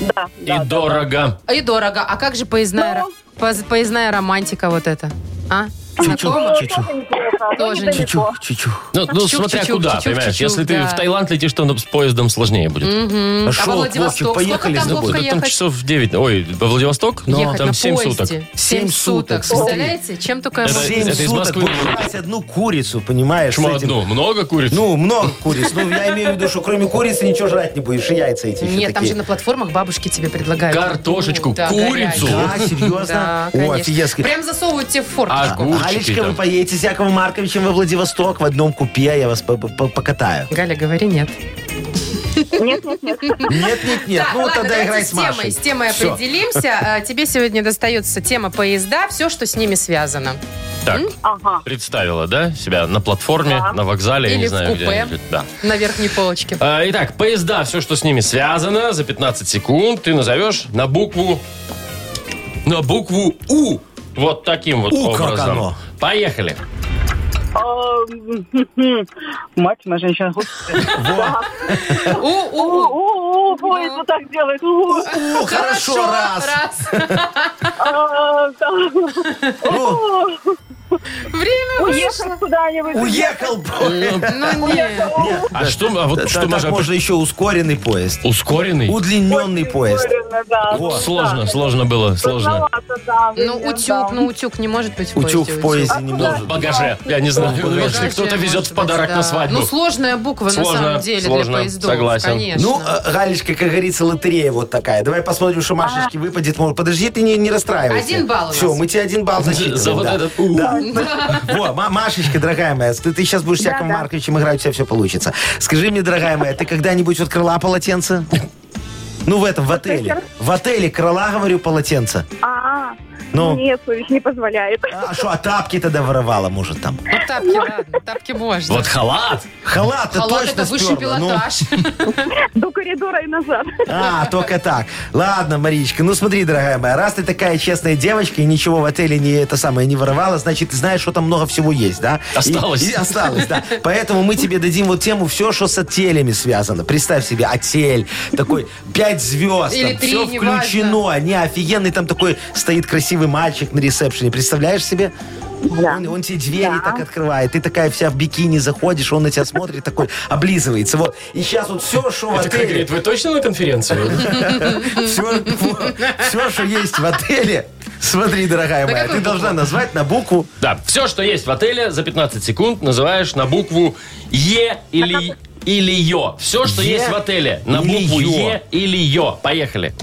Speaker 7: Да. да,
Speaker 3: И
Speaker 7: да.
Speaker 3: дорого.
Speaker 4: и дорого. А как же поездная,
Speaker 7: Ну?
Speaker 4: ро- поз- поездная романтика вот эта? А?
Speaker 5: Чучу,
Speaker 4: Знакома?
Speaker 5: чучу,
Speaker 7: Неплохо.
Speaker 4: Тоже не-
Speaker 5: чучу, чучу.
Speaker 3: Ну, ну,
Speaker 4: Чук-чук-чук,
Speaker 3: смотря куда,
Speaker 4: чук-чук-чук,
Speaker 3: понимаешь. Если ты
Speaker 4: да.
Speaker 3: в Таиланд летишь, то ну, с поездом сложнее будет.
Speaker 4: Мгм.
Speaker 5: А
Speaker 4: А
Speaker 5: шо,
Speaker 4: во
Speaker 5: Вовчик,
Speaker 4: Владивосток?
Speaker 5: поехали
Speaker 4: Сколько
Speaker 5: с
Speaker 4: там,
Speaker 5: тобой?
Speaker 4: Вовка,
Speaker 3: Да там
Speaker 4: ехать?
Speaker 3: часов в 9. Ой, во Владивосток?
Speaker 4: Ехать
Speaker 3: там
Speaker 4: на
Speaker 3: 7
Speaker 4: поезде.
Speaker 3: суток.
Speaker 4: Семь
Speaker 5: Семь
Speaker 4: суток.
Speaker 5: суток,
Speaker 4: Представляете, чем только...
Speaker 3: Это-
Speaker 4: можно-
Speaker 5: Семь
Speaker 3: из
Speaker 5: суток
Speaker 3: Москвы.
Speaker 5: покупать одну курицу, понимаешь?
Speaker 3: Почему
Speaker 5: с этим.
Speaker 3: одну? Много куриц?
Speaker 5: Ну, много куриц. Ну, я имею в виду, что кроме курицы ничего жрать не будешь. И яйца эти еще
Speaker 4: Нет, там
Speaker 5: такие.
Speaker 4: же на платформах бабушки тебе предлагают.
Speaker 3: Картошечку,
Speaker 4: Ну, да,
Speaker 3: курицу.
Speaker 4: горячую.
Speaker 5: Да, серьезно?
Speaker 4: Да,
Speaker 5: О,
Speaker 4: конечно.
Speaker 5: офигенски.
Speaker 4: Прям засовывают тебе в форточку.
Speaker 3: Ага. огурчики
Speaker 5: Алечка,
Speaker 3: там.
Speaker 5: вы поедете с Яковом Марковичем во Владивосток в одном купе, а я вас по- по- покатаю.
Speaker 4: Галя, говори нет.
Speaker 7: Нет, нет, нет.
Speaker 5: Нет, нет, нет,
Speaker 4: Так,
Speaker 5: ну
Speaker 4: ладно,
Speaker 5: тогда
Speaker 4: давайте
Speaker 5: играй
Speaker 4: с
Speaker 5: с
Speaker 4: темой.
Speaker 5: Машей.
Speaker 4: С темой
Speaker 5: Всё. [LAUGHS]
Speaker 4: определимся. А, Тебе сегодня достается тема поезда, все, что с ними связано.
Speaker 3: Так,
Speaker 7: Ага.
Speaker 3: представила, да, себя на платформе, на вокзале, я
Speaker 4: Или
Speaker 3: не
Speaker 4: в
Speaker 3: знаю,
Speaker 4: купе.
Speaker 3: где. Да.
Speaker 4: На верхней полочке.
Speaker 3: А, Итак, поезда, все, что с ними связано, за 15 секунд ты назовешь на букву... На букву У. Вот таким вот
Speaker 5: У, как
Speaker 3: образом.
Speaker 5: оно.
Speaker 3: Поехали.
Speaker 7: Эм, [LAUGHS] Мать моя женщина. господи.
Speaker 5: А?
Speaker 4: У-у-у.
Speaker 7: У-у-у, Ой, кто так делает? У-у.
Speaker 5: У, Ну, хорошо, раз.
Speaker 7: А, да.
Speaker 5: Ну,
Speaker 4: Время вышло.
Speaker 7: Уехать куда-нибудь.
Speaker 5: Уехал поезд.
Speaker 4: Ну, нет.
Speaker 5: Нет,
Speaker 3: А что, а вот что
Speaker 5: так
Speaker 3: можно...
Speaker 5: можно еще ускоренный поезд.
Speaker 3: Ускоренный?
Speaker 5: Удлиненный поезд.
Speaker 7: Правильно, да.
Speaker 5: Вот.
Speaker 3: Сложно, сложно было, сложно.
Speaker 7: Сложновато, да,
Speaker 4: Ну,
Speaker 7: видно,
Speaker 4: утюг,
Speaker 7: да.
Speaker 4: ну, утюг не может быть в поезде. А
Speaker 5: Утюг в поезде не
Speaker 3: В
Speaker 5: может.
Speaker 3: багаже, я не знаю. Ну, если
Speaker 4: Даже,
Speaker 3: кто-то везет
Speaker 4: может
Speaker 3: в подарок
Speaker 4: быть,
Speaker 3: на
Speaker 4: да.
Speaker 3: свадьбу.
Speaker 4: Ну, сложная буква
Speaker 3: Сложно,
Speaker 4: на самом деле
Speaker 3: сложно,
Speaker 4: для поездов.
Speaker 3: согласен.
Speaker 4: Конечно.
Speaker 5: Ну, э, Галечка, как говорится, лотерея вот такая. Давай посмотрим, что Машечке выпадет. Может, Подожди, ты не, не расстраивайся.
Speaker 4: Один балл у нас.
Speaker 5: Все, мы тебе один балл зачитываем.
Speaker 3: За вот
Speaker 5: да.
Speaker 3: этот «у».
Speaker 5: Да.
Speaker 4: [LAUGHS]
Speaker 5: Во, Ма- Машечка, дорогая моя, ты, ты сейчас будешь с Яковом Марковичем играть, у тебя все получится. Скажи мне, дорогая моя, ты когда-нибудь вот крыла полотенце? Ну, в этом, в отеле. В отеле крыла, говорю, полотенце.
Speaker 8: А,
Speaker 5: Ну.
Speaker 8: нет, совесть не позволяет. [LAUGHS]
Speaker 5: А что, а тапки тогда воровала, может, там?
Speaker 4: Ну, тапки, ладно, тапки можно.
Speaker 3: Вот халат!
Speaker 5: Халат, ты
Speaker 4: Халат
Speaker 5: точно
Speaker 4: это высший
Speaker 5: сперла,
Speaker 3: [LAUGHS]
Speaker 5: ну.
Speaker 4: пилотаж.
Speaker 8: До коридора и назад. [LAUGHS]
Speaker 5: А, только так. Ладно, Маричка, ну смотри, дорогая моя, раз ты такая честная девочка и ничего в отеле не это самое не воровала, значит, ты знаешь, что там много всего есть, да? И-
Speaker 3: Осталось.
Speaker 5: и осталось, да. Поэтому мы тебе дадим вот тему все, что с отелями связано. Представь себе, отель, такой 5 звезд,
Speaker 4: Или
Speaker 5: там,
Speaker 4: три,
Speaker 5: все
Speaker 4: неважно.
Speaker 5: включено. Не, офигенный там такой стоит красивый мальчик на ресепшене. Представляешь себе? Он, он тебе двери так открывает, ты такая вся в бикини заходишь, он на тебя смотрит такой, облизывается. Вот. И сейчас вот все, что в
Speaker 3: Это как
Speaker 5: отеле...
Speaker 3: А говорит, вы точно на конференцию?
Speaker 5: Все, что есть в отеле, смотри, дорогая моя,
Speaker 4: какую
Speaker 5: ты должна назвать на букву.
Speaker 3: [LAUGHS] Да, все, что есть в отеле, за 15 секунд называешь на букву Е
Speaker 4: А
Speaker 3: или или Ё. Все, что
Speaker 5: Е
Speaker 3: есть в отеле, на
Speaker 5: или
Speaker 3: букву
Speaker 5: Ё.
Speaker 3: Е или Ё. Поехали.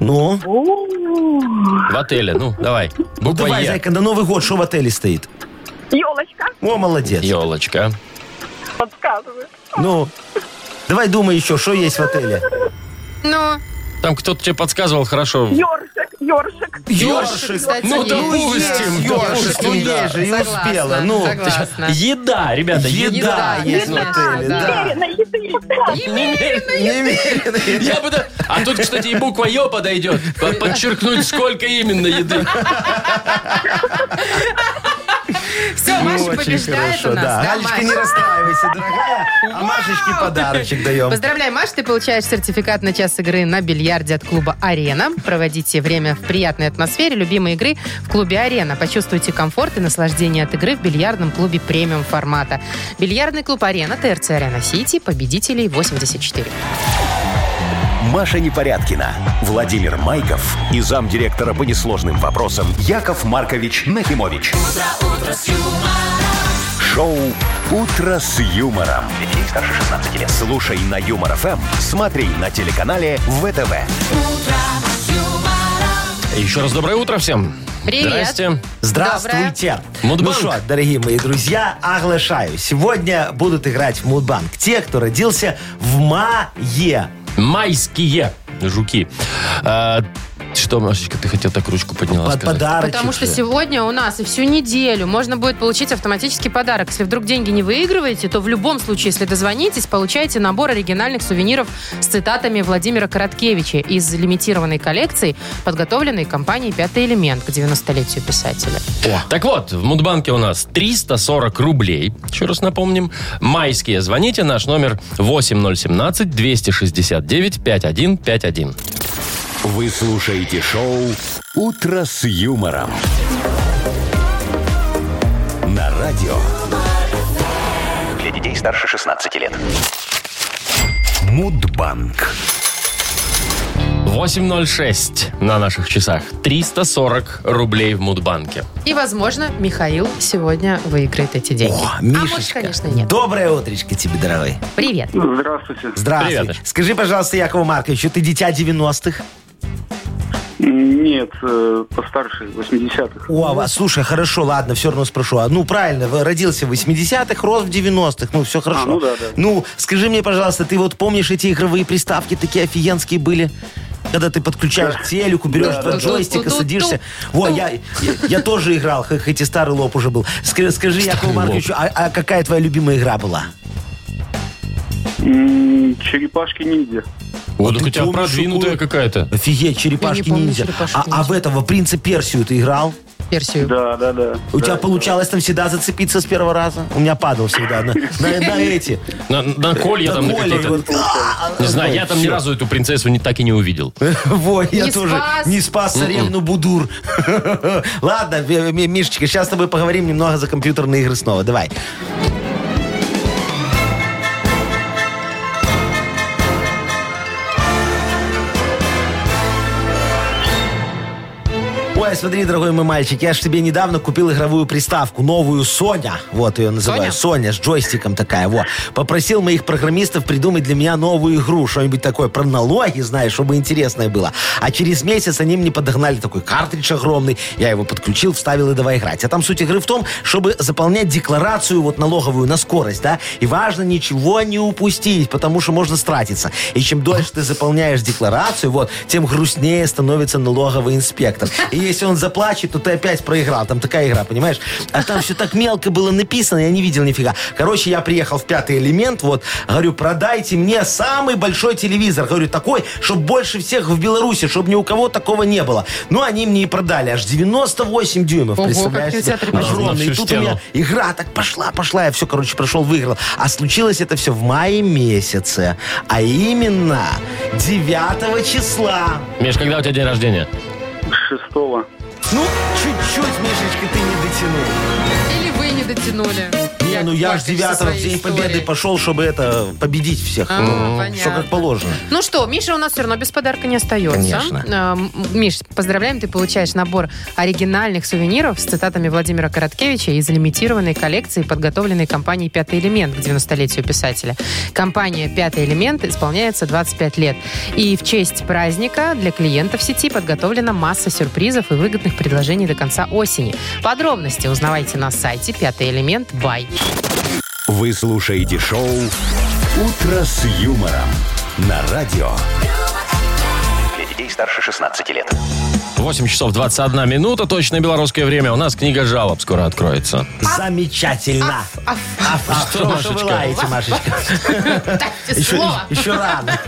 Speaker 5: Ну,
Speaker 3: В отеле, ну, давай. Буква
Speaker 5: давай,
Speaker 3: Е.
Speaker 5: зайка, на Новый год что в отеле стоит?
Speaker 8: Елочка,
Speaker 5: О, молодец.
Speaker 3: Елочка.
Speaker 8: подсказываю.
Speaker 5: Ну, давай думай еще, что есть в отеле.
Speaker 4: Ну,
Speaker 3: Там кто-то тебе подсказывал, хорошо.
Speaker 8: Ёршик, ёршик.
Speaker 5: Ёршик.
Speaker 4: кстати,
Speaker 3: Ну,
Speaker 4: есть.
Speaker 3: допустим,
Speaker 5: есть,
Speaker 3: допустим,
Speaker 5: ёршик,
Speaker 3: да.
Speaker 5: есть же, и успела. Ну,
Speaker 4: согласна.
Speaker 3: Еда, ребята, еда.
Speaker 5: еда есть в отеле, да.
Speaker 8: Верено, еды.
Speaker 5: Немерено.
Speaker 3: Я бы... да- А тут, кстати, и буква Ё подойдет. Под- Подчеркнуть, сколько именно еды.
Speaker 4: Все,
Speaker 3: [LAUGHS]
Speaker 4: Маша
Speaker 5: Очень
Speaker 4: побеждает
Speaker 5: хорошо,
Speaker 4: у нас. да,
Speaker 5: да. Галечка,
Speaker 4: Маш?
Speaker 5: не расстраивайся, дорогая. А Машечке подарочек даем.
Speaker 4: Поздравляем, Маш, ты получаешь сертификат на час игры на бильярде от клуба «Арена». Проводите время в приятной атмосфере любимой игры в клубе «Арена». Почувствуйте комфорт и наслаждение от игры в бильярдном клубе премиум формата. Бильярдный клуб «Арена», ТРЦ «Арена Сити», победителей 84.
Speaker 2: Маша Непорядкина, Владимир Майков и замдиректора по несложным вопросам Яков Маркович Нахимович. Шоу Утро с юмором. Детей старше 16 лет. Слушай на юмор ФМ, смотри на телеканале ВТВ.
Speaker 3: Еще раз доброе утро всем.
Speaker 4: Привет.
Speaker 3: Здрасте.
Speaker 5: Здравствуйте.
Speaker 3: Мудбанк.
Speaker 5: Ну что, дорогие мои друзья, оглашаю. Сегодня будут играть в Мудбанк те, кто родился в мае.
Speaker 3: Майские жуки. А, что, Машечка, ты хотел так ручку подняла
Speaker 5: Под
Speaker 3: сказать?
Speaker 5: подарочек.
Speaker 4: Потому что
Speaker 5: же.
Speaker 4: сегодня у нас и всю неделю можно будет получить автоматический подарок. Если вдруг деньги не выигрываете, то в любом случае, если дозвонитесь, получаете набор оригинальных сувениров с цитатами Владимира Короткевича из лимитированной коллекции, подготовленной компанией «Пятый элемент» к 90-летию писателя.
Speaker 3: Так вот, в Мудбанке у нас 340 рублей. Еще раз напомним. Майские. Звоните. Наш номер 8017-269-5151.
Speaker 2: Вы слушаете шоу «Утро с юмором». На радио
Speaker 6: Для детей старше 16 лет.
Speaker 2: Мудбанк.
Speaker 3: 8.06 на наших часах. 340 рублей в Мудбанке.
Speaker 4: И, возможно, Михаил сегодня выиграет эти деньги.
Speaker 5: О,
Speaker 4: а
Speaker 5: Мишечка,
Speaker 4: может, конечно, нет.
Speaker 5: доброе утречко тебе, дорогой.
Speaker 4: Привет.
Speaker 9: Здравствуйте.
Speaker 5: Здравствуй.
Speaker 3: Привет, Миш.
Speaker 5: Скажи, пожалуйста, Якову Марковичу, ты дитя 90-х?
Speaker 9: Нет, э, постарше, 80-х.
Speaker 5: О, а, слушай, хорошо, ладно, все равно спрошу. А, Ну, правильно, в- родился в 80-х, рос в 90-х, ну, все хорошо.
Speaker 9: А, ну да, да.
Speaker 5: Ну, скажи мне, пожалуйста, ты вот помнишь эти игровые приставки, такие офигенские были? Когда ты подключаешь к телеку, берешь два
Speaker 4: да.
Speaker 5: джойстика,
Speaker 4: Ту-ту-ту-ту.
Speaker 5: садишься. Во, я, я, я тоже играл, хо- хоть и старый лоб уже был. Ск- Скажи, Якову
Speaker 3: лоб.
Speaker 5: Марковичу, а, а какая твоя любимая игра была?
Speaker 9: М, Черепашки ниндзя.
Speaker 3: Вот
Speaker 5: ты
Speaker 3: у тебя
Speaker 5: помнишь
Speaker 3: продвинутая
Speaker 5: такую?
Speaker 3: какая-то.
Speaker 5: Офигеть, черепашки-ниндзя.
Speaker 4: «Черепашек
Speaker 5: А, а
Speaker 4: ниндзя».
Speaker 5: в этого «Принца Персию» ты играл?
Speaker 4: Персию.
Speaker 9: Да, да, да.
Speaker 5: У
Speaker 9: Да,
Speaker 5: тебя
Speaker 9: да.
Speaker 5: получалось там всегда зацепиться с первого раза? У меня падал всегда на, на- на эти.
Speaker 3: На, на колья там на
Speaker 5: Коля,
Speaker 3: какие-то.
Speaker 5: вот, а,
Speaker 3: Не знаю,
Speaker 5: ой,
Speaker 3: я там ни
Speaker 5: всё. Э?
Speaker 3: разу эту принцессу не, так и не увидел.
Speaker 5: [LAUGHS] Во, я
Speaker 4: Не
Speaker 5: тоже
Speaker 4: спас.
Speaker 5: не спас
Speaker 3: М-м.
Speaker 5: царевну Будур. [LAUGHS] Ладно, э, Ми- Мишечка, сейчас с тобой поговорим немного за компьютерные игры снова. Давай. Ой, смотри, дорогой мой мальчик, я же тебе недавно купил игровую приставку, новую Соня. Вот ее называю. Соня, с джойстиком такая. Во. Попросил моих программистов придумать для меня новую игру, что-нибудь такое про налоги, знаешь, чтобы интересное было. А через месяц они мне подогнали такой картридж огромный. Я его подключил, вставил и давай играть. А там суть игры в том, чтобы заполнять декларацию вот налоговую на скорость, да? И важно ничего не упустить, потому что можно стратиться. И чем дольше ты заполняешь декларацию, вот, тем грустнее становится налоговый инспектор. И если он заплачет, то ты опять проиграл. Там такая игра, понимаешь? А там все так мелко было написано, я не видел нифига. Короче, я приехал в пятый элемент, вот, говорю, продайте мне самый большой телевизор. Говорю, такой, чтобы больше всех в Беларуси, чтобы ни у кого такого не было. Ну, они мне и продали аж 98 дюймов,
Speaker 4: Ого,
Speaker 5: представляешь?
Speaker 4: как у тебя
Speaker 5: себе?
Speaker 4: трепет.
Speaker 3: На
Speaker 5: Огромный.
Speaker 3: всю
Speaker 5: И тут у
Speaker 3: стену.
Speaker 5: меня игра так пошла, пошла, я все, короче, прошел, выиграл. А случилось это все в мае месяце. А именно 9 числа.
Speaker 3: Миш, когда у тебя день рождения?
Speaker 9: Шестого.
Speaker 5: Ну, чуть-чуть, Мишечка, ты не дотянул.
Speaker 4: Или вы не дотянули.
Speaker 5: Не, ну я ж 9 в День Победы пошел, чтобы это, победить всех.
Speaker 4: А, понятно.
Speaker 5: все как положено.
Speaker 4: Ну что, Миша у нас все равно без подарка не остается.
Speaker 5: Конечно.
Speaker 4: Эм, Миш, поздравляем, ты получаешь набор оригинальных сувениров с цитатами Владимира Короткевича из лимитированной коллекции, подготовленной компанией «Пятый элемент» к 90-летию писателя. Компания «Пятый элемент» исполняется 25 лет. И в честь праздника для клиентов сети подготовлена масса сюрпризов и выгодных предложений до конца осени. Подробности узнавайте на сайте «Пятый элемент. Бай».
Speaker 2: Вы слушаете шоу «Утро с юмором» на радио.
Speaker 6: Для детей старше 16 лет.
Speaker 3: 8 часов 21 минута, точное белорусское время. У нас книга жалоб скоро откроется.
Speaker 5: Замечательно.
Speaker 4: Аф,
Speaker 5: А, а,
Speaker 3: Что,
Speaker 5: что, что вы
Speaker 3: Машечка?
Speaker 5: лаете, Машечка?
Speaker 4: дайте
Speaker 5: Еще,
Speaker 4: слово.
Speaker 5: еще
Speaker 4: [LAUGHS]
Speaker 5: рано.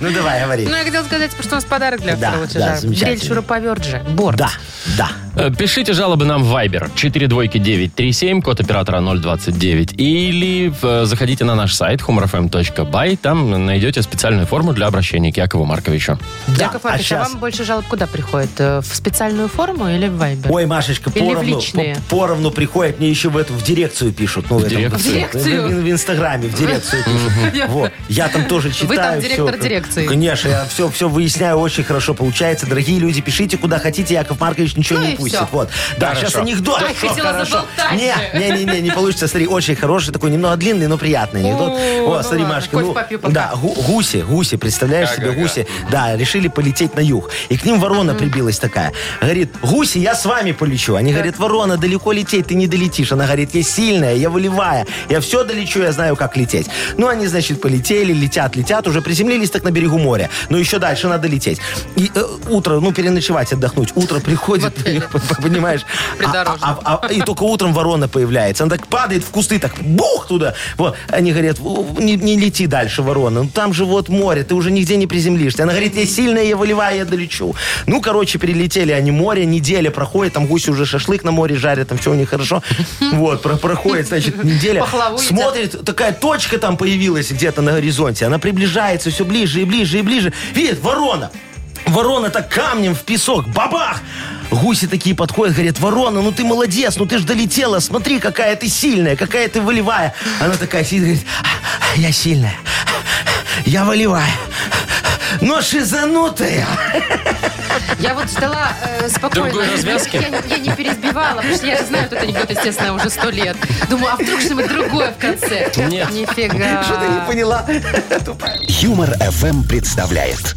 Speaker 5: Ну, давай, говори.
Speaker 4: Ну, я хотела сказать, что у нас подарок для
Speaker 5: Да,
Speaker 4: второго
Speaker 5: да,
Speaker 4: этажа.
Speaker 5: замечательно.
Speaker 4: Дрель шуруповерт же. Борт.
Speaker 5: Да, да.
Speaker 3: Э, Пишите жалобы нам в Viber 42937, код оператора 029. Или э, заходите на наш сайт humorfm.by. Там найдете специальную форму для обращения к Якову Марковичу.
Speaker 5: Да,
Speaker 4: Яков
Speaker 5: а
Speaker 4: Маркович, а,
Speaker 5: щас-
Speaker 4: вам больше жалоб куда приходит? Э, В специальную форму или в Viber?
Speaker 5: Ой, Машечка,
Speaker 4: Или в
Speaker 5: поровну,
Speaker 4: личные?
Speaker 5: по- поровну приходит, мне еще в эту в дирекцию пишут. Ну, в, этом-
Speaker 3: дирекцию?
Speaker 4: В дирекцию?
Speaker 5: В, в- в инстаграме, в дирекцию [LAUGHS] пишут. Во. Я там тоже читаю.
Speaker 4: Вы там директор
Speaker 5: всё.
Speaker 4: дирекции.
Speaker 5: Конечно, я все, все выясняю, очень хорошо получается. Дорогие люди, пишите, куда хотите, Яков Маркович ничего
Speaker 4: Ну
Speaker 5: не
Speaker 4: и
Speaker 5: упустит. отпустит.
Speaker 4: Всё.
Speaker 5: Вот. Да,
Speaker 3: Хорошо.
Speaker 5: сейчас анекдот.
Speaker 4: Ай,
Speaker 5: Хорошо,
Speaker 4: хотела
Speaker 5: хорошо.
Speaker 4: заболтать
Speaker 5: Не,
Speaker 4: же.
Speaker 5: не, не, не, не получится. Смотри, очень хороший, такой немного длинный, но приятный анекдот.
Speaker 4: О, ну
Speaker 5: О, смотри,
Speaker 4: ладно,
Speaker 5: Машка.
Speaker 4: кофе
Speaker 5: ну,
Speaker 4: попью пока.
Speaker 5: Да, гу- гуси, гуси, представляешь себе,
Speaker 3: Ага-га.
Speaker 5: гуси, да, решили полететь на юг. И к ним ворона прибилась такая. Говорит, гуси, я с вами полечу. Они говорят, ворона, далеко лететь ты не долетишь. Она говорит, я сильная, я волевая, я все долечу, я знаю, как лететь. Ну, они, значит, полетели, летят, летят, уже приземлились так на берегу моря. Но еще дальше надо лететь. И э, утро, ну, переночевать, отдохнуть. Утро приходит, [LAUGHS] понимаешь, а- а- а- а- и только утром ворона появляется. Она так падает в кусты, так бух туда. Вот. Они говорят, «У, не, не лети дальше, ворона. Ну, там же вот море, ты уже нигде не приземлишься. Она говорит, я сильная, я волевая, я долечу. Ну, короче, перелетели они море, неделя проходит, там гуси уже шашлык на море жарят, там все у них хорошо. Вот, про- проходит, значит, неделя.
Speaker 4: Пахлаву едят.
Speaker 5: Смотрит, такая точка там появилась где-то на горизонте. Она приближается все ближе и ближе и ближе. Видит, ворона. Ворона так камнем в песок. Бабах! Гуси такие подходят, говорят, ворона, ну ты молодец, ну ты ж долетела, смотри, какая ты сильная, какая ты волевая. Она такая сидит, говорит, «А, я сильная, я волевая, но шизанутая.
Speaker 4: Я вот ждала э, спокойно.
Speaker 3: Другой развязки?
Speaker 4: Я, я не пересбивала, потому что я знаю этот анекдот, естественно, уже сто лет. Думаю, а вдруг что-нибудь другое в конце?
Speaker 3: Нет.
Speaker 4: Нифига.
Speaker 5: [LAUGHS] Что ты не поняла?
Speaker 2: Юмор FM представляет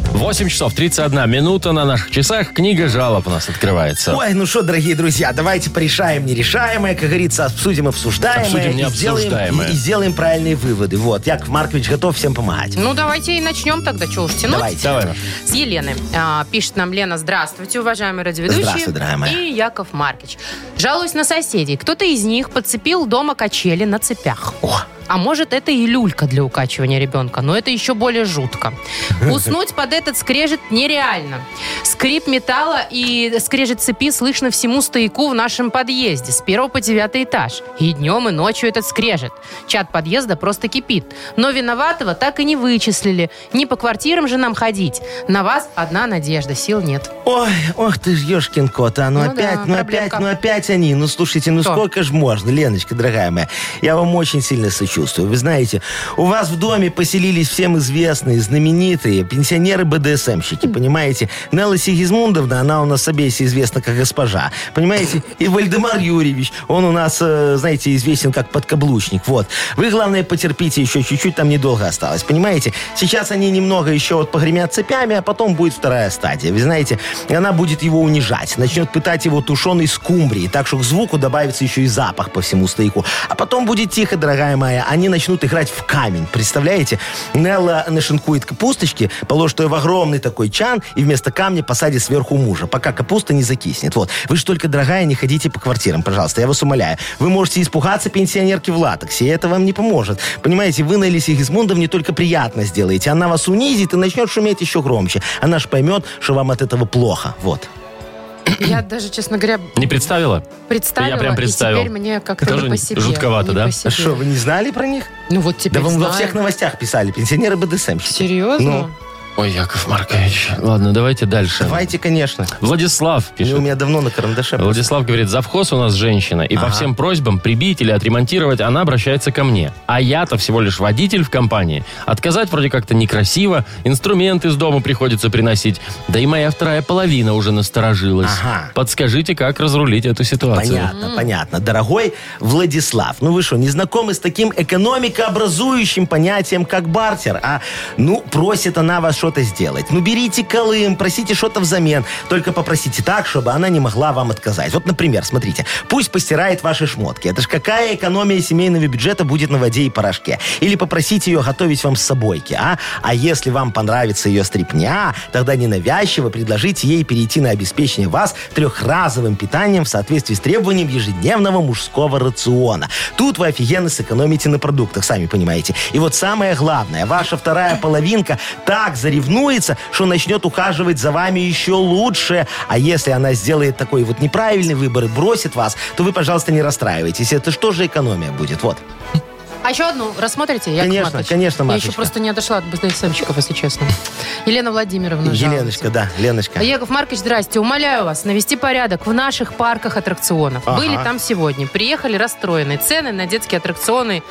Speaker 3: 8 часов 31 минута на наших часах. Книга жалоб у нас открывается.
Speaker 5: Ой, ну что, дорогие друзья, давайте порешаем нерешаемое, как говорится, обсудим обсуждаемое.
Speaker 3: Обсудим
Speaker 5: и сделаем-
Speaker 3: необсуждаемое.
Speaker 5: И, и сделаем правильные выводы. Вот, Яков Маркович готов всем помогать.
Speaker 4: Ну, давайте и начнем тогда. Чего уж тянуть?
Speaker 5: Давайте.
Speaker 3: Давай, Маш.
Speaker 4: С Елены. А, пишет нам Лена, здравствуйте, уважаемые радиоведущие.
Speaker 5: Здравствуй, дорогая моя.
Speaker 4: И Яков Маркич. Жалуюсь на соседей. Кто-то из них подцепил дома качели на цепях.
Speaker 5: О.
Speaker 4: А может, это и люлька для укачивания ребенка, но это еще более жутко. Уснуть под этот скрежет нереально. Скрип металла и скрежет цепи слышно всему стояку в нашем подъезде с первого по девятый этаж. И днем, и ночью этот скрежет. Чат подъезда просто кипит. Но виноватого так и не вычислили. Не по квартирам же нам ходить. На вас одна надежда, сил нет.
Speaker 5: Ой, ох ты ж, ешкин кот, а ну,
Speaker 4: Ну
Speaker 5: опять,
Speaker 4: да,
Speaker 5: ну
Speaker 4: проблемка.
Speaker 5: опять, ну опять они. Ну слушайте, ну
Speaker 4: Что?
Speaker 5: сколько же можно, Леночка, дорогая моя. Я вам очень сильно сочувствую. Вы знаете, у вас в доме поселились всем известные, знаменитые пенсионеры БДСМщики, понимаете? Нелла Сигизмундовна, она у нас с обеси известна как госпожа, понимаете? И Вальдемар Юрьевич, он у нас, э, знаете, известен как подкаблучник, вот. Вы, главное, потерпите еще чуть-чуть, там недолго осталось, понимаете? Сейчас они немного еще вот погремят цепями, а потом будет вторая стадия. Вы знаете, и она будет его унижать, начнет пытать его тушеной скумбрией, так что к звуку добавится еще и запах по всему стояку. А потом будет тихо, дорогая моя, они начнут играть в камень, представляете? Нелла нашинкует капусточки, положит ее в огромный такой чан и вместо камня посадит сверху мужа, пока капуста не закиснет. Вот. Вы же только, дорогая, не ходите по квартирам, пожалуйста, я вас умоляю. Вы можете испугаться пенсионерки в латексе, и это вам не поможет. Понимаете, вы на Элисе не только приятно сделаете, она вас унизит и начнет шуметь еще громче. Она же поймет, что вам от этого плохо. Вот.
Speaker 4: [CLEARS THROAT] Я даже, честно говоря,
Speaker 3: Не представила?
Speaker 4: представила,
Speaker 3: Я прям представил.
Speaker 4: и теперь мне как-то
Speaker 3: Тоже
Speaker 4: не по себе.
Speaker 3: жутковато,
Speaker 4: Не
Speaker 3: да?
Speaker 4: по себе.
Speaker 5: А что, вы не знали про них?
Speaker 4: Ну вот теперь
Speaker 5: Да вам во
Speaker 4: знаю.
Speaker 5: всех новостях писали, пенсионеры БДСМ.
Speaker 4: Серьезно?
Speaker 5: Ну.
Speaker 3: Ой, Яков Маркович. Ладно, давайте дальше.
Speaker 5: Давайте, конечно.
Speaker 3: Владислав
Speaker 5: Они
Speaker 3: пишет.
Speaker 5: у меня давно на карандаше.
Speaker 3: Э, Владислав говорит, завхоз у нас женщина, и по всем просьбам прибить или отремонтировать она обращается ко мне. А я-то всего лишь водитель в компании. Отказать вроде как-то некрасиво, инструмент из дома приходится приносить. Да и моя вторая половина уже насторожилась.
Speaker 5: Ага.
Speaker 3: Подскажите, как разрулить эту ситуацию?
Speaker 5: Понятно, понятно. Дорогой Владислав, ну вы что, не знакомы с таким экономикообразующим понятием, как бартер? А ну, просит она вас что-то сделать. Ну, берите колым, просите что-то взамен. Только попросите так, чтобы она не могла вам отказать. Вот, например, смотрите, пусть постирает ваши шмотки. Это ж какая экономия семейного бюджета будет на воде и порошке? Или попросите ее готовить вам с собойки, а? А если вам понравится ее стрипня, А, тогда ненавязчиво предложите ей перейти на обеспечение вас трехразовым питанием в соответствии с требованием ежедневного мужского рациона. Тут вы офигенно сэкономите на продуктах, сами понимаете. И вот самое главное, ваша вторая половинка так заревнуется, что начнет ухаживать за вами еще лучше. А если она сделает такой вот неправильный выбор и бросит вас, то вы, пожалуйста, не расстраивайтесь. Это что же экономия будет? Вот.
Speaker 4: А еще одну рассмотрите, Яков
Speaker 5: Конечно,
Speaker 4: Маркович?
Speaker 5: конечно,
Speaker 4: Я
Speaker 5: Машечка.
Speaker 4: еще просто не отошла от БДСМщиков, если честно. Елена Владимировна
Speaker 5: Еленочка, да, Леночка.
Speaker 4: жалуется. Яков Маркович, здрасте. Умоляю вас навести порядок в наших парках аттракционов.
Speaker 5: Ага.
Speaker 4: Были там сегодня. Приехали расстроенные. Цены на детские аттракционы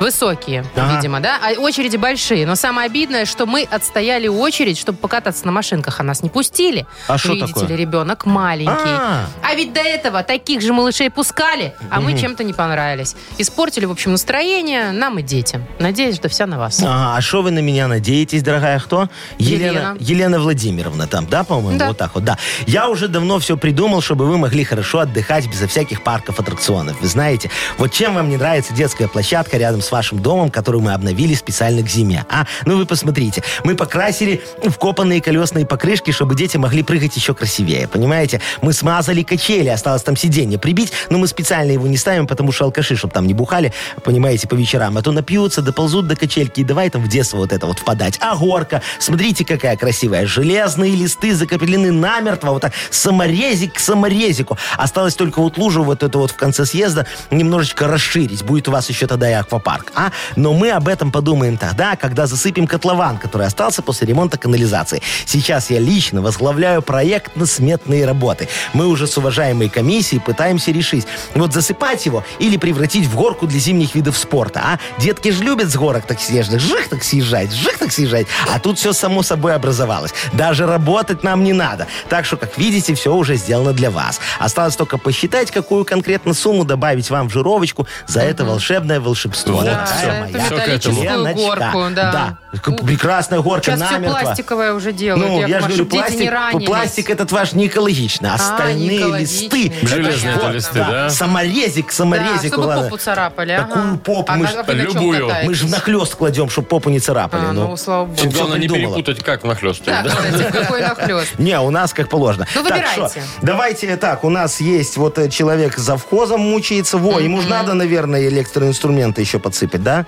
Speaker 4: высокие,
Speaker 5: Ага.
Speaker 4: видимо, да? А очереди большие. Но самое обидное, что мы отстояли очередь, чтобы покататься на машинках, а нас не пустили.
Speaker 5: А что
Speaker 4: Видите
Speaker 5: такое?
Speaker 4: ли, ребенок маленький.
Speaker 5: А.
Speaker 4: А ведь до этого таких же малышей пускали, а мы чем-то не понравились. Испортили, в общем, настроение нам и детям. Надеюсь, что вся на вас.
Speaker 5: Ага, а что вы на меня надеетесь, дорогая кто?
Speaker 4: Елена.
Speaker 5: Елена, Елена Владимировна там, да, по-моему?
Speaker 4: Да.
Speaker 5: Вот так вот, да. Я уже давно все придумал, чтобы вы могли хорошо отдыхать безо всяких парков, аттракционов. Вы знаете, вот чем вам не нравится детская площадка рядом с вашим домом, которую мы обновили специально к зиме? А, ну вы посмотрите, мы покрасили вкопанные колесные покрышки, чтобы дети могли прыгать еще красивее, понимаете? Мы смазали качели, осталось там сиденье прибить, но мы специально его не ставим, потому что алкаши, чтобы там не бухали, понимаете, по вечерам. А то напьются, доползут до качельки и давай там в детство вот это вот впадать. А горка, смотрите, какая красивая. Железные листы закреплены намертво, вот так саморезик к саморезику. Осталось только вот лужу вот эту вот в конце съезда немножечко расширить. Будет у вас еще тогда и аквапарк. А? Но мы об этом подумаем тогда, когда засыпем котлован, который остался после ремонта канализации. Сейчас я лично возглавляю проектно-сметные работы. Мы уже с уважаемой комиссией пытаемся решить, вот засыпать его или превратить в горку для зимних видов спорта. А детки же любят с горок так снежных. Жих так съезжать, жих так съезжать. А тут все само собой образовалось. Даже работать нам не надо. Так что, как видите, все уже сделано для вас. Осталось только посчитать, какую конкретно сумму добавить вам в жировочку за это волшебное волшебство.
Speaker 3: Вот,
Speaker 4: Да,
Speaker 3: всё,
Speaker 4: за эту
Speaker 5: Дорогая
Speaker 3: моя. Всё к этому.
Speaker 4: металлическую
Speaker 5: Леночка,
Speaker 4: горку, да.
Speaker 5: да. Прекрасная горка
Speaker 4: Сейчас все
Speaker 5: намертво.
Speaker 4: пластиковое уже делают.
Speaker 5: Ну,
Speaker 4: Яков
Speaker 5: я же говорю,
Speaker 4: Маркович, чтобы дети не А,
Speaker 5: пластик,
Speaker 4: ранились.
Speaker 5: пластик этот ваш не экологично. Остальные
Speaker 4: экологичный.
Speaker 5: листы... это
Speaker 3: Железные
Speaker 5: вот,
Speaker 3: это листы, да?
Speaker 5: Саморезик,
Speaker 4: Да,
Speaker 5: саморезик.
Speaker 4: чтобы
Speaker 5: ладно.
Speaker 4: попу царапали. ага.
Speaker 5: Какую попу?
Speaker 4: А
Speaker 5: Мы
Speaker 4: на-
Speaker 5: ж-
Speaker 4: а вы на чем
Speaker 3: Любую.
Speaker 4: катаетесь?
Speaker 5: Мы же нахлест кладем, чтобы попу не царапали.
Speaker 4: А,
Speaker 5: ну.
Speaker 4: ну, слава богу.
Speaker 5: Всё
Speaker 3: Главное не
Speaker 5: придумала.
Speaker 3: перепутать, как нахлестывать.
Speaker 4: Да,
Speaker 3: Да?
Speaker 4: кстати, какой нахлест.
Speaker 5: Не, у нас как положено.
Speaker 4: Ну,
Speaker 5: Так,
Speaker 4: выбирайте.
Speaker 5: шо, давайте так, у нас есть вот э, человек за вхозом мучается. Во, ему же надо, наверное, электроинструменты еще подсыпать, да?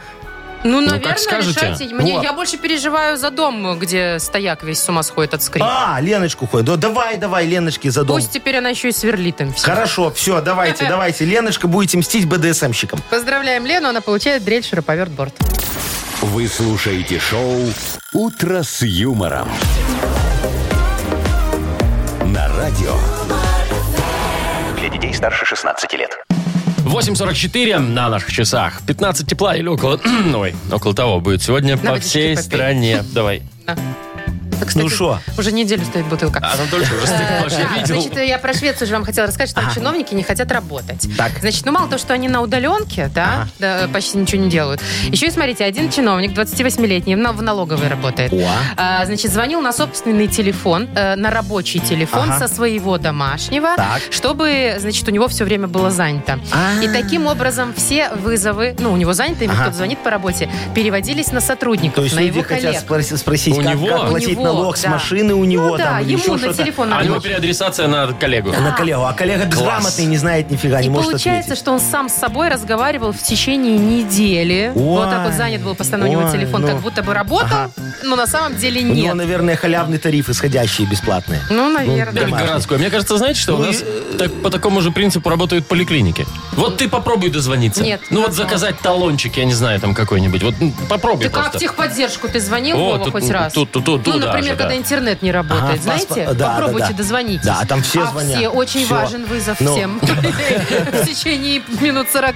Speaker 4: Ну,
Speaker 3: как
Speaker 4: наверное,
Speaker 3: скажете.
Speaker 4: решайте. Мне,
Speaker 5: Вот.
Speaker 4: Я больше переживаю за дом, где стояк весь с ума сходит от скрипа.
Speaker 5: А, Леночку ходит. Да, давай, давай, Леночки за дом.
Speaker 4: Пусть теперь она еще и сверлит им все.
Speaker 5: Хорошо, все, давайте,
Speaker 4: [LAUGHS]
Speaker 5: давайте. Леночка будете мстить БДСМщикам.
Speaker 4: Поздравляем Лену, она получает дрель шуруповерт борт.
Speaker 2: Вы слушаете шоу «Утро с юмором». На радио.
Speaker 6: Для детей старше 16 лет.
Speaker 3: 8.44 на наших часах. 15 тепла или около... [CLEARS THROAT] Ой, около того будет сегодня по
Speaker 4: водички
Speaker 3: всей
Speaker 4: попей.
Speaker 3: стране. Давай.
Speaker 4: Да, кстати,
Speaker 5: Ну шо?
Speaker 4: Уже неделю стоит бутылка.
Speaker 3: Анатольевич А уже стекло,
Speaker 4: Э, Да,
Speaker 3: я
Speaker 4: значит,
Speaker 3: видел.
Speaker 4: я про Швецию же вам хотела рассказать, что там чиновники не хотят работать.
Speaker 5: Так.
Speaker 4: Значит, ну мало того, что они на удаленке, да, да, почти ничего не делают. Еще и смотрите, один чиновник, 28-летний, на- в налоговой работает.
Speaker 5: О.
Speaker 4: А, значит, звонил на собственный телефон, э, на рабочий телефон
Speaker 5: Ага.
Speaker 4: со своего домашнего,
Speaker 5: Так.
Speaker 4: чтобы, значит, у него все время было занято.
Speaker 5: А.
Speaker 4: И таким образом все вызовы, ну, у него занято, ему
Speaker 5: Ага.
Speaker 4: кто-то звонит по работе, переводились на сотрудников,
Speaker 5: То есть
Speaker 4: на
Speaker 5: люди
Speaker 4: его
Speaker 5: хотят
Speaker 4: коллег.
Speaker 5: спроси- спросить,
Speaker 3: У
Speaker 5: как,
Speaker 3: него?
Speaker 5: как
Speaker 3: У
Speaker 5: платить
Speaker 4: него,
Speaker 5: налог с
Speaker 4: да.
Speaker 5: машины у него
Speaker 4: Ну
Speaker 5: там
Speaker 4: да,
Speaker 5: или еще
Speaker 4: ему на
Speaker 5: что-то.
Speaker 4: телефон
Speaker 3: А у него
Speaker 4: надо.
Speaker 3: переадресация на коллегу.
Speaker 5: На коллегу, а коллега безграмотный не знает нифига, не
Speaker 4: И
Speaker 5: может
Speaker 4: получается,
Speaker 5: ответить.
Speaker 4: что он сам с собой разговаривал в течение недели. вот так вот
Speaker 5: Ой,
Speaker 4: занят был постоянно у него
Speaker 5: ой,
Speaker 4: телефон,
Speaker 5: ну.
Speaker 4: как будто бы работал,
Speaker 5: Ага. Ну,
Speaker 4: но на самом деле
Speaker 5: У него,
Speaker 4: нет.
Speaker 5: наверное, халявный тариф, исходящий бесплатный.
Speaker 4: Ну, наверное.
Speaker 5: да. домашний. Ну э,
Speaker 3: Городской. Мне кажется, знаете, что у нас так- по такому же принципу работают поликлиники. Вот ты попробуй дозвониться.
Speaker 4: Нет,
Speaker 3: Ну вот
Speaker 4: не знаю. а
Speaker 3: заказать талончик, я не знаю, там какой-нибудь. Вот ну, попробуй
Speaker 4: Ты как
Speaker 3: просто.
Speaker 4: в техподдержку? Ты звонил
Speaker 3: О,
Speaker 4: Вова,
Speaker 3: тут-
Speaker 4: хоть раз?
Speaker 3: тут- тут- тут-
Speaker 4: ну,
Speaker 3: туда
Speaker 4: например,
Speaker 3: же, да.
Speaker 4: когда интернет не работает,
Speaker 5: Ага,
Speaker 4: знаете?
Speaker 5: паспо- да,
Speaker 4: Попробуйте
Speaker 5: да, да.
Speaker 4: дозвонитесь.
Speaker 5: Да, а там все
Speaker 4: А
Speaker 5: звонят.
Speaker 4: все, очень
Speaker 5: Все.
Speaker 4: важен вызов
Speaker 5: Ну. [LAUGHS]
Speaker 4: всем. В течение минут 40.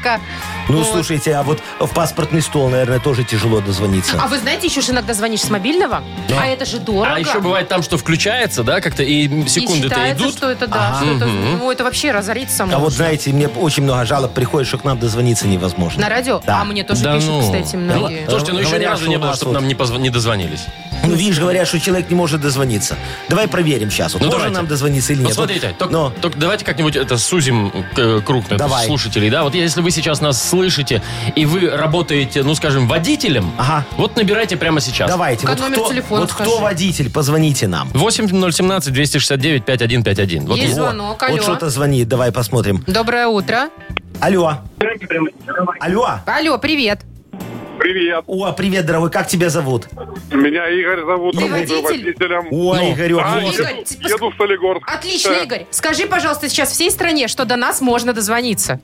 Speaker 5: Ну,
Speaker 4: Вот.
Speaker 5: слушайте, а вот в паспортный стол, наверное, тоже тяжело дозвониться.
Speaker 4: А вы знаете, еще ж иногда звонишь с мобильного, а это же дорого.
Speaker 3: А еще бывает там, что включается, да, как-то и
Speaker 4: И
Speaker 3: секунды-то
Speaker 4: считается,
Speaker 3: идут.
Speaker 4: что это, да, что это, ну, это вообще разорит само.
Speaker 5: А вот, знаете, мне очень много жалоб приходит, что к нам дозвониться невозможно.
Speaker 4: На радио?
Speaker 5: Да.
Speaker 4: А мне тоже
Speaker 3: Да
Speaker 4: пишут,
Speaker 3: ну.
Speaker 4: кстати,
Speaker 3: Да
Speaker 4: многие.
Speaker 3: ладно. Слушайте, ну еще ни
Speaker 5: Говорят,
Speaker 3: разу
Speaker 5: что
Speaker 3: не
Speaker 5: у
Speaker 3: было,
Speaker 5: нас
Speaker 3: чтобы
Speaker 5: вот-
Speaker 3: нам не, позв- не дозвонились.
Speaker 5: Ну, видишь, говорят, что человек не может дозвониться. Давай проверим сейчас. Вот
Speaker 3: Ну,
Speaker 5: можно
Speaker 3: давайте.
Speaker 5: нам дозвониться или нет?
Speaker 3: Посмотрите,
Speaker 5: Вот,
Speaker 3: только,
Speaker 5: но-
Speaker 3: только давайте как-нибудь это сузим э, круг на
Speaker 5: Давай.
Speaker 3: слушателей, да? Вот если вы сейчас нас слышите, и вы работаете, ну, скажем, водителем,
Speaker 5: Ага.
Speaker 3: вот набирайте прямо сейчас.
Speaker 5: Давайте.
Speaker 4: А
Speaker 5: Вот,
Speaker 4: номер
Speaker 5: кто,
Speaker 4: телефона
Speaker 5: вот
Speaker 4: скажи.
Speaker 5: кто водитель, позвоните нам.
Speaker 3: 8017-269-5151. Вот
Speaker 4: Есть
Speaker 3: он.
Speaker 4: звонок,
Speaker 5: Вот
Speaker 4: алло.
Speaker 5: что-то звонит, давай посмотрим.
Speaker 4: Доброе утро.
Speaker 5: Алло. Алло.
Speaker 4: Алло, привет.
Speaker 9: Привет.
Speaker 5: О, привет, дорогой, как тебя зовут?
Speaker 9: Меня Игорь зовут.
Speaker 4: Ты
Speaker 9: Я был
Speaker 4: водитель?
Speaker 9: водителем.
Speaker 5: О,
Speaker 3: Ну.
Speaker 5: Игорек,
Speaker 9: А,
Speaker 5: вот.
Speaker 4: Игорь,
Speaker 9: еду-
Speaker 4: типа-
Speaker 9: Еду в Солигорск.
Speaker 4: Отлично,
Speaker 9: Э,
Speaker 4: Игорь. Скажи, пожалуйста, сейчас всей стране, что до нас можно дозвониться.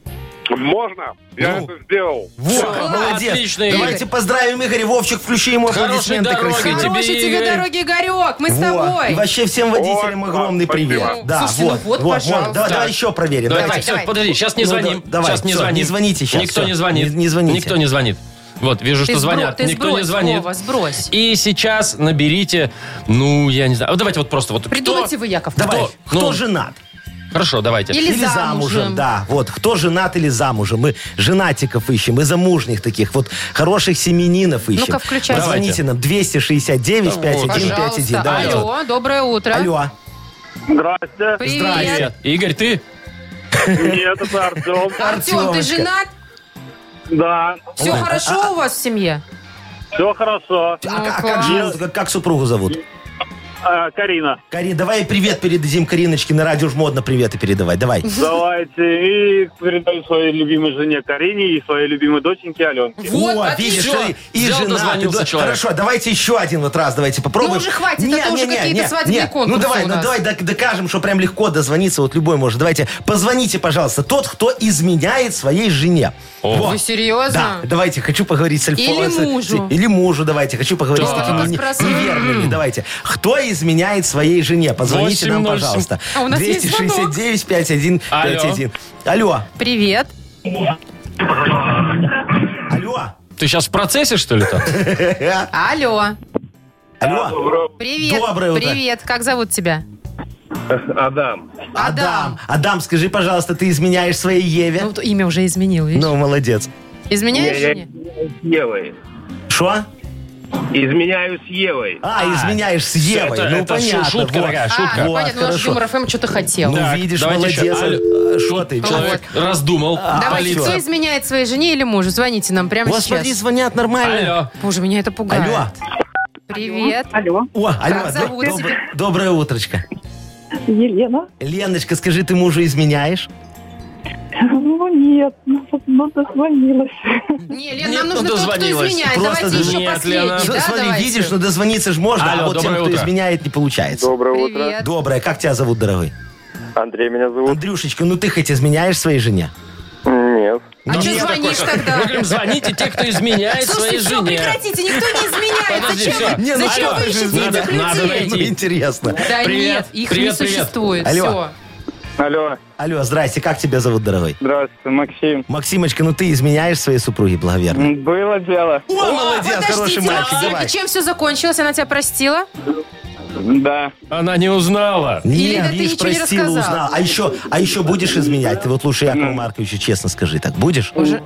Speaker 9: Можно? Я
Speaker 5: Ну.
Speaker 9: это сделал.
Speaker 5: Во,
Speaker 3: Всё,
Speaker 5: молодец.
Speaker 3: отлично, Игорь.
Speaker 5: Давайте поздравим Игорь. Вовчик, включи ему
Speaker 3: Хорошей
Speaker 5: аплодисменты
Speaker 3: дороги
Speaker 5: красивые.
Speaker 3: тебе,
Speaker 4: Хорошей тебе
Speaker 3: Игорь.
Speaker 4: дороги, Игорек, мы с
Speaker 5: Во. И
Speaker 4: тобой.
Speaker 5: вообще всем водителям
Speaker 9: Ой,
Speaker 5: огромный
Speaker 9: спасибо.
Speaker 5: привет.
Speaker 4: Ну, слушайте, ну вот, пожалуйста.
Speaker 5: Да, давай еще проверим.
Speaker 3: Давай,
Speaker 5: Давайте.
Speaker 3: так, всё,
Speaker 4: давай.
Speaker 3: подожди, сейчас не
Speaker 5: Ну, да,
Speaker 3: звоним.
Speaker 5: давай,
Speaker 3: сейчас не
Speaker 5: всё,
Speaker 3: звоним.
Speaker 5: не звоните щас,
Speaker 3: Никто
Speaker 5: всё.
Speaker 3: не звонит.
Speaker 5: Не- не звоните.
Speaker 3: Никто не звонит. Вот, вижу,
Speaker 4: Ты
Speaker 3: что
Speaker 4: сбро-
Speaker 3: звонят.
Speaker 4: ты
Speaker 3: Никто не
Speaker 4: сбрось,
Speaker 3: звонит.
Speaker 4: Вова, сбрось.
Speaker 3: И сейчас наберите, ну, я не знаю. Вот давайте вот просто вот. кто-
Speaker 4: Придумайте вы, Яков.
Speaker 5: Давай,
Speaker 3: Кто?
Speaker 5: кто,
Speaker 3: Ну.
Speaker 5: женат?
Speaker 3: Хорошо, давайте.
Speaker 4: Или замужем.
Speaker 5: Да, вот, кто женат или замужем. Мы женатиков ищем, мы замужних таких, вот хороших семенинов ищем.
Speaker 4: Ну-ка, включай.
Speaker 5: Позвоните нам 269 5151
Speaker 4: Пожалуйста.
Speaker 5: Давайте.
Speaker 4: Алло, доброе утро.
Speaker 5: Алло. а?
Speaker 9: Здрасте.
Speaker 4: Привет.
Speaker 5: здрасте.
Speaker 3: Игорь, ты?
Speaker 9: Нет, это Артем.
Speaker 4: Артем, ты
Speaker 5: Артемочка.
Speaker 4: женат?
Speaker 9: Да.
Speaker 4: Все
Speaker 5: Ой,
Speaker 4: хорошо у вас в семье?
Speaker 9: Все хорошо.
Speaker 5: А, а как,
Speaker 4: класс.
Speaker 5: же- как- как супругу зовут?
Speaker 9: Э, Карина,
Speaker 5: Карин, давай привет передадим Кариночке. На радио ж модно приветы передавать. Давай.
Speaker 9: давайте. И передаю своей любимой жене Карине и своей любимой доченьке Аленке.
Speaker 4: Вот,
Speaker 5: О,
Speaker 4: отлично.
Speaker 5: видишь, смотри, и
Speaker 3: Взял,
Speaker 5: жена,
Speaker 3: дозвонился
Speaker 5: и дочь.
Speaker 3: человек.
Speaker 5: Хорошо, давайте еще один вот раз, давайте попробуем.
Speaker 4: Ну уже хватит,
Speaker 5: Не,
Speaker 4: это
Speaker 5: не,
Speaker 4: уже
Speaker 5: не,
Speaker 4: какие-то
Speaker 5: не,
Speaker 4: свадебные
Speaker 5: не.
Speaker 4: конкурсы
Speaker 5: Ну давай,
Speaker 4: у
Speaker 5: ну
Speaker 4: нас.
Speaker 5: давай док- докажем, что прям легко дозвониться, вот любой может. Давайте, позвоните, пожалуйста, тот, кто изменяет своей жене.
Speaker 3: О.
Speaker 5: Во.
Speaker 4: Вы серьезно?
Speaker 5: Да, давайте, хочу поговорить с
Speaker 4: Или
Speaker 5: Альфонсо.
Speaker 4: мужу.
Speaker 5: Или мужу, давайте, хочу поговорить
Speaker 4: Так.
Speaker 5: с такими
Speaker 4: Вас
Speaker 5: не-
Speaker 4: спрашивают.
Speaker 5: неверными. Давайте, кто изменяет своей жене? Позвоните нам,
Speaker 3: 807.
Speaker 5: пожалуйста.
Speaker 4: А у нас есть
Speaker 5: 269 5151 Алло.
Speaker 4: Привет.
Speaker 5: Алло.
Speaker 3: Ты сейчас в процессе, что ли,
Speaker 5: [LAUGHS]
Speaker 3: там?
Speaker 4: Алло.
Speaker 5: Алло.
Speaker 4: Привет.
Speaker 5: Доброе утро.
Speaker 4: Привет. Как зовут тебя?
Speaker 9: Адам.
Speaker 5: Адам. Адам, скажи, пожалуйста, ты изменяешь своей Еве?
Speaker 4: Ну, вот имя уже изменил, видишь?
Speaker 5: Ну, молодец.
Speaker 4: Изменяешь жене?
Speaker 9: с Евой.
Speaker 5: Шо?
Speaker 9: Изменяю с Евой.
Speaker 5: А, изменяешь с Евой.
Speaker 3: это-
Speaker 5: ну,
Speaker 3: это шу-
Speaker 5: понятно.
Speaker 3: шутка
Speaker 5: вот.
Speaker 3: такая, шутка.
Speaker 4: А, ну,
Speaker 5: Вот,
Speaker 4: понятно, потому что Юмор
Speaker 5: хорошо.
Speaker 4: ФМ что-то хотел.
Speaker 5: Ну,
Speaker 3: Так,
Speaker 5: видишь,
Speaker 3: давайте
Speaker 5: молодец.
Speaker 3: еще.
Speaker 5: Аль- а, Шо ты?
Speaker 3: Человек раздумал.
Speaker 5: А,
Speaker 4: Давайте,
Speaker 5: Полиция.
Speaker 4: кто изменяет своей жене или мужу? Звоните нам прямо
Speaker 5: Вот, смотри,
Speaker 4: сейчас.
Speaker 5: звонят нормально.
Speaker 3: Алло.
Speaker 4: Боже, меня это пугает.
Speaker 5: Алло.
Speaker 4: Привет.
Speaker 8: Алло,
Speaker 5: О, алло.
Speaker 4: Как
Speaker 5: доб-
Speaker 4: зовут
Speaker 5: добр-
Speaker 4: тебя?
Speaker 5: Доброе утрочко.
Speaker 8: Елена.
Speaker 5: Леночка, скажи, ты мужу изменяешь?
Speaker 8: Ну нет, ну, ну дозвонилась.
Speaker 4: Не, Лен,
Speaker 3: Нет,
Speaker 4: нам
Speaker 3: ну,
Speaker 4: нужно тот, кто
Speaker 3: дозвонилась.
Speaker 4: изменяет.
Speaker 5: Просто
Speaker 4: давайте еще
Speaker 5: дозвонилась.
Speaker 3: Нет,
Speaker 4: последний.
Speaker 3: Лена.
Speaker 4: да,
Speaker 5: Что, смотри,
Speaker 4: давайте?
Speaker 5: видишь, ну дозвониться же можно,
Speaker 3: Алло,
Speaker 5: а вот тем,
Speaker 3: доброе
Speaker 5: кто
Speaker 3: утро.
Speaker 5: изменяет, не получается.
Speaker 9: Доброе утро.
Speaker 4: Привет.
Speaker 5: Доброе. Как тебя зовут, дорогой?
Speaker 9: Андрей меня зовут.
Speaker 5: Андрюшечка, ну ты хоть изменяешь своей жене?
Speaker 9: Нет.
Speaker 3: Ну,
Speaker 4: А что звонишь
Speaker 3: Мы
Speaker 4: тогда?
Speaker 3: [LAUGHS] говорим, звоните те, кто изменяет своей
Speaker 4: Слушайте, все,
Speaker 3: жене.
Speaker 4: прекратите, никто не изменяет.
Speaker 3: Подожди,
Speaker 4: Зачем
Speaker 3: всё.
Speaker 4: вы-
Speaker 5: Не, ну
Speaker 4: Зачем
Speaker 5: что
Speaker 4: вы
Speaker 5: ты же
Speaker 4: ищете
Speaker 5: знаешь?
Speaker 4: этих
Speaker 3: Надо
Speaker 4: людей?
Speaker 3: найти.
Speaker 5: Ну, интересно.
Speaker 4: Да
Speaker 3: Привет,
Speaker 4: нет, их
Speaker 3: привет, привет.
Speaker 4: не существует.
Speaker 5: Алло.
Speaker 4: Все.
Speaker 9: Алло.
Speaker 5: Алло, здрасте, как тебя зовут, дорогой?
Speaker 9: Здравствуйте, Максим.
Speaker 5: Максимочка, ну ты изменяешь своей супруге благоверно?
Speaker 9: М, Было дело.
Speaker 5: О, молодец, хороший мальчик, давай.
Speaker 4: И чем все закончилось? Она тебя простила?
Speaker 9: Да.
Speaker 3: Она не узнала.
Speaker 4: Или
Speaker 5: Не,
Speaker 4: да ты
Speaker 5: видишь,
Speaker 4: ничего не
Speaker 5: простила,
Speaker 4: рассказал.
Speaker 5: узнал. А еще, а еще будешь изменять? Ты вот лучше Якову Марковичу честно скажи так. Будешь?
Speaker 4: Уже-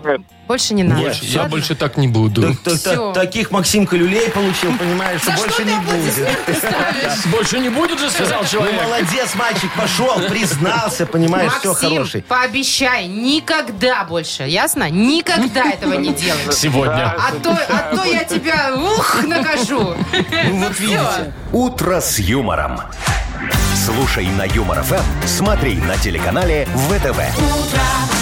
Speaker 4: Больше не надо.
Speaker 5: Больше.
Speaker 3: Я
Speaker 4: Ладно.
Speaker 3: больше так не буду.
Speaker 5: Так- так-
Speaker 4: Всё.
Speaker 5: так- Таких Максим Калюлей получил, понимаешь, что
Speaker 4: За что
Speaker 5: больше
Speaker 4: ты
Speaker 5: не будет.
Speaker 4: аплодисменты ставишь?
Speaker 3: Больше не будет же,
Speaker 4: [LAUGHS]
Speaker 3: сказал
Speaker 5: Ну,
Speaker 3: человек.
Speaker 5: молодец, мальчик, пошел, признался, понимаешь, все
Speaker 4: Максим,
Speaker 5: хороший.
Speaker 4: пообещай, никогда больше, ясно? Никогда этого не делай.
Speaker 3: Сегодня.
Speaker 4: А то, а то я тебя, ух, накажу.
Speaker 5: вот
Speaker 4: Всё.
Speaker 5: видите.
Speaker 2: «Утро с юмором». Слушай на Юмор ФМ, смотри на телеканале ВТВ.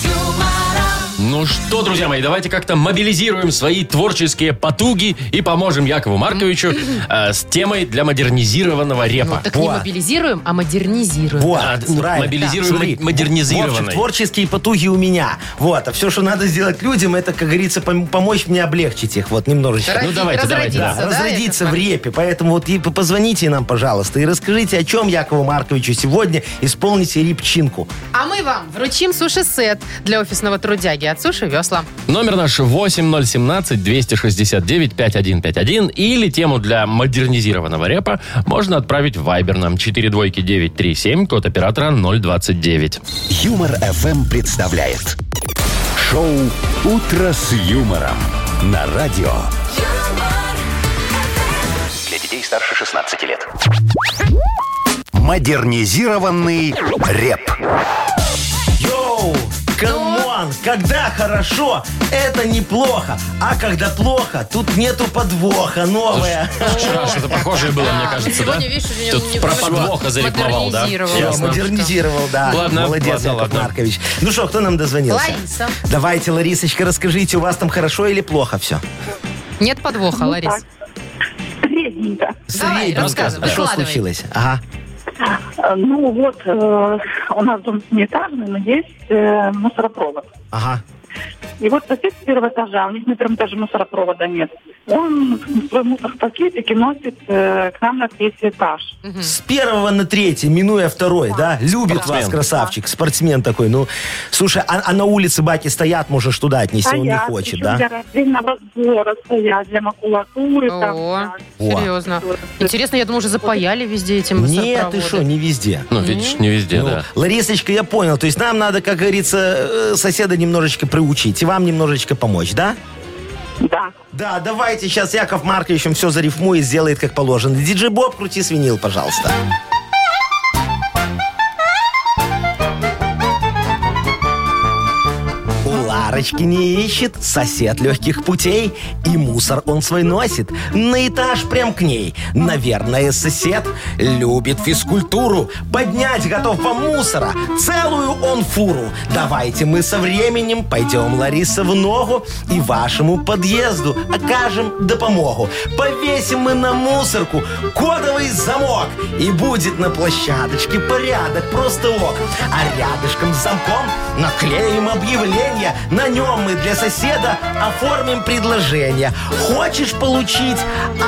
Speaker 3: Ну что, друзья мои, давайте как-то мобилизируем свои творческие потуги и поможем Якову
Speaker 5: [CLEARS THROAT]
Speaker 3: Марковичу э, с темой для модернизированного репа.
Speaker 4: Так не
Speaker 5: Во.
Speaker 4: мобилизируем, а модернизируем.
Speaker 5: Вот,
Speaker 3: А, ну,
Speaker 5: правильно.
Speaker 3: мобилизируем
Speaker 5: Смотри,
Speaker 3: мод- модернизированный.
Speaker 5: Вовчик, творческие потуги у меня. Вот, а все, что надо сделать людям, это, как говорится, пом- помочь мне облегчить их. Вот, немножечко.
Speaker 4: Ради-
Speaker 3: Ну, давайте, давайте,
Speaker 5: Да,
Speaker 4: разродиться, да,
Speaker 5: разродиться
Speaker 4: Яков
Speaker 5: в репе. Поэтому вот и п- позвоните нам, пожалуйста, и расскажите, о чем Якову Марковичу сегодня исполните репчинку.
Speaker 4: А мы вам вручим суши-сет для офисного трудяги от Суши Весла.
Speaker 3: Номер наш 8017-269-5151 или тему для модернизированного репа можно отправить в Viber нам 42937, код оператора 029.
Speaker 2: Юмор ФМ представляет. Шоу «Утро с юмором» на радио.
Speaker 6: Для детей старше 16 лет.
Speaker 2: Модернизированный реп.
Speaker 5: Йоу! Камон! Когда хорошо, это неплохо. А когда плохо, тут нету подвоха. Новая.
Speaker 3: Вчера что-то похожее было, мне кажется, да?
Speaker 4: Сегодня, видишь, у меня
Speaker 3: Тут
Speaker 4: немножко
Speaker 3: про подвоха зарекламовал, да?
Speaker 4: модернизировал.
Speaker 5: Всё,
Speaker 3: Ясно.
Speaker 5: модернизировал, да.
Speaker 3: Ладно,
Speaker 5: Молодец,
Speaker 3: ладно,
Speaker 5: Яков
Speaker 3: ладно.
Speaker 5: Маркович. Ну что, кто нам дозвонился?
Speaker 4: Лариса.
Speaker 5: Давайте, Ларисочка, расскажите, у вас там хорошо или плохо все?
Speaker 4: Нет
Speaker 5: Ну
Speaker 4: подвоха, Ларис.
Speaker 8: так. Средненько.
Speaker 4: Давай,
Speaker 5: Средненько.
Speaker 4: рассказывай,
Speaker 5: А что
Speaker 4: выкладывай.
Speaker 5: случилось? Ага.
Speaker 8: Э, Ну вот, э, у нас дом санитарный, но есть э, мусоропровод.
Speaker 5: Ага.
Speaker 8: И вот сосед с первого этажа, у них на первом этаже мусоропровода нет. Он свой мусор в пакетике носит э, к нам на третий этаж.
Speaker 5: С первого на третий, минуя второй, да? Любит вас,
Speaker 3: Спортсмен.
Speaker 5: красавчик, спортсмен такой. Ну, слушай, а, а на улице баки стоят, можешь туда отнести, он
Speaker 7: А
Speaker 5: не
Speaker 8: Стоят,
Speaker 5: хочет,
Speaker 8: причем Для
Speaker 5: да?
Speaker 8: раздельного сбора стоят, для макулатуры. там,
Speaker 4: О,
Speaker 8: да.
Speaker 5: Во.
Speaker 4: серьезно.
Speaker 8: Вот.
Speaker 4: Интересно, я думаю, уже запаяли везде эти
Speaker 5: Нет,
Speaker 4: мусоропроводы.
Speaker 5: ты что, не везде.
Speaker 3: Ну, видишь, не везде,
Speaker 5: Ну,
Speaker 3: да.
Speaker 5: Ларисочка, я понял. То есть нам надо, как говорится, э, соседа немножечко приучить и вам немножечко помочь, да?
Speaker 8: Да.
Speaker 5: Да, давайте сейчас Яков Маркович им все зарифмует, сделает как положено. Диджей Боб, крути свинил, пожалуйста. Ула, Подарочки не ищет, сосед легких путей. И мусор он свой носит на этаж прям к ней. Наверное, сосед любит физкультуру. Поднять готов по мусора целую он фуру. Давайте мы со временем пойдем, Лариса, в ногу и вашему подъезду окажем допомогу. Повесим мы на мусорку кодовый замок. И будет на площадочке порядок, просто ок. А рядышком с замком наклеим объявление. На нем мы для соседа оформим предложение. Хочешь получить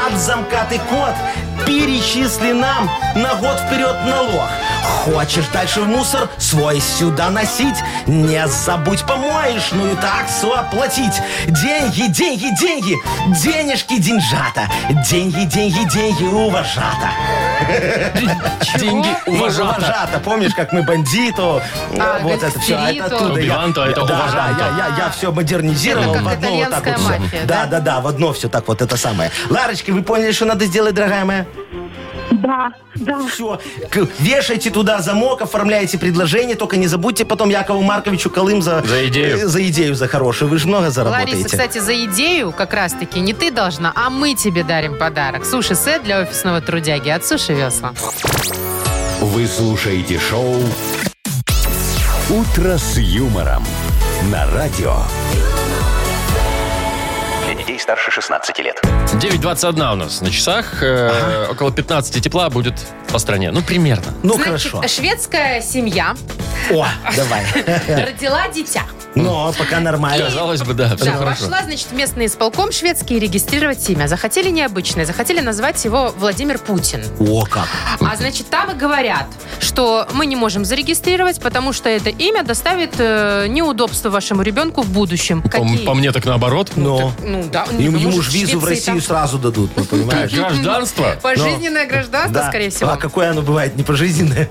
Speaker 5: от замка ты код? Перечисли нам на год вперед налог. Хочешь дальше в мусор свой сюда носить? Не забудь помоешь, ну и таксу оплатить. Деньги, деньги, деньги, денежки, деньжата. Деньги, деньги, деньги, уважата.
Speaker 3: Деньги уважата.
Speaker 5: Уважата, помнишь, как мы бандиту,
Speaker 4: А,
Speaker 5: э, вот это все,
Speaker 4: гангстериту.
Speaker 5: это оттуда я-
Speaker 3: Убиванто, это
Speaker 5: я- да,
Speaker 3: уважанто.
Speaker 5: да, я- я все
Speaker 4: Это
Speaker 5: модернизировал
Speaker 4: как
Speaker 5: в одно вот так вот
Speaker 4: итальянская
Speaker 5: всё.
Speaker 4: мафия, да?
Speaker 5: Да, да, да, в одно все так вот это самое. Ларочки, вы поняли, что надо сделать, дорогая моя?
Speaker 8: Да, да.
Speaker 5: Все, вешайте туда замок, оформляйте предложение, только не забудьте потом Якову Марковичу Колым за...
Speaker 3: За идею.
Speaker 5: э, За идею, за хорошую. Вы же много заработаете.
Speaker 4: Лариса, кстати, за идею как раз-таки не ты должна, а мы тебе дарим подарок. Суши-сет для офисного трудяги от Суши Весла.
Speaker 2: Вы слушаете шоу «Утро с юмором» на радио.
Speaker 6: Для детей старше 16 лет.
Speaker 3: 9.21 у нас на часах. Э, Около 15 тепла будет по стране. Ну, примерно.
Speaker 5: Ну,
Speaker 4: Значит,
Speaker 5: хорошо.
Speaker 4: шведская семья
Speaker 5: О,
Speaker 4: [LAUGHS]
Speaker 5: давай.
Speaker 4: родила дитя.
Speaker 5: Но пока нормально.
Speaker 3: Казалось бы, да. все
Speaker 4: Да,
Speaker 3: хорошо.
Speaker 4: пошла, значит, в местный исполком шведский регистрировать имя. Захотели необычное, захотели назвать его Владимир Путин.
Speaker 5: О, как.
Speaker 4: А значит, там и говорят, что мы не можем зарегистрировать, потому что это имя доставит э, неудобство вашему ребенку в будущем.
Speaker 3: По,
Speaker 4: Какие?
Speaker 3: по мне так наоборот.
Speaker 5: Но
Speaker 4: Ну да, ну,
Speaker 5: им,
Speaker 4: потому
Speaker 5: ему
Speaker 4: что
Speaker 5: ж визу в
Speaker 4: Швеции
Speaker 5: Россию
Speaker 4: там
Speaker 5: сразу дадут, ну, понимаешь?
Speaker 3: Гражданство.
Speaker 4: Пожизненное гражданство,
Speaker 5: Да.
Speaker 4: скорее всего.
Speaker 5: А какое оно бывает? Не пожизненное?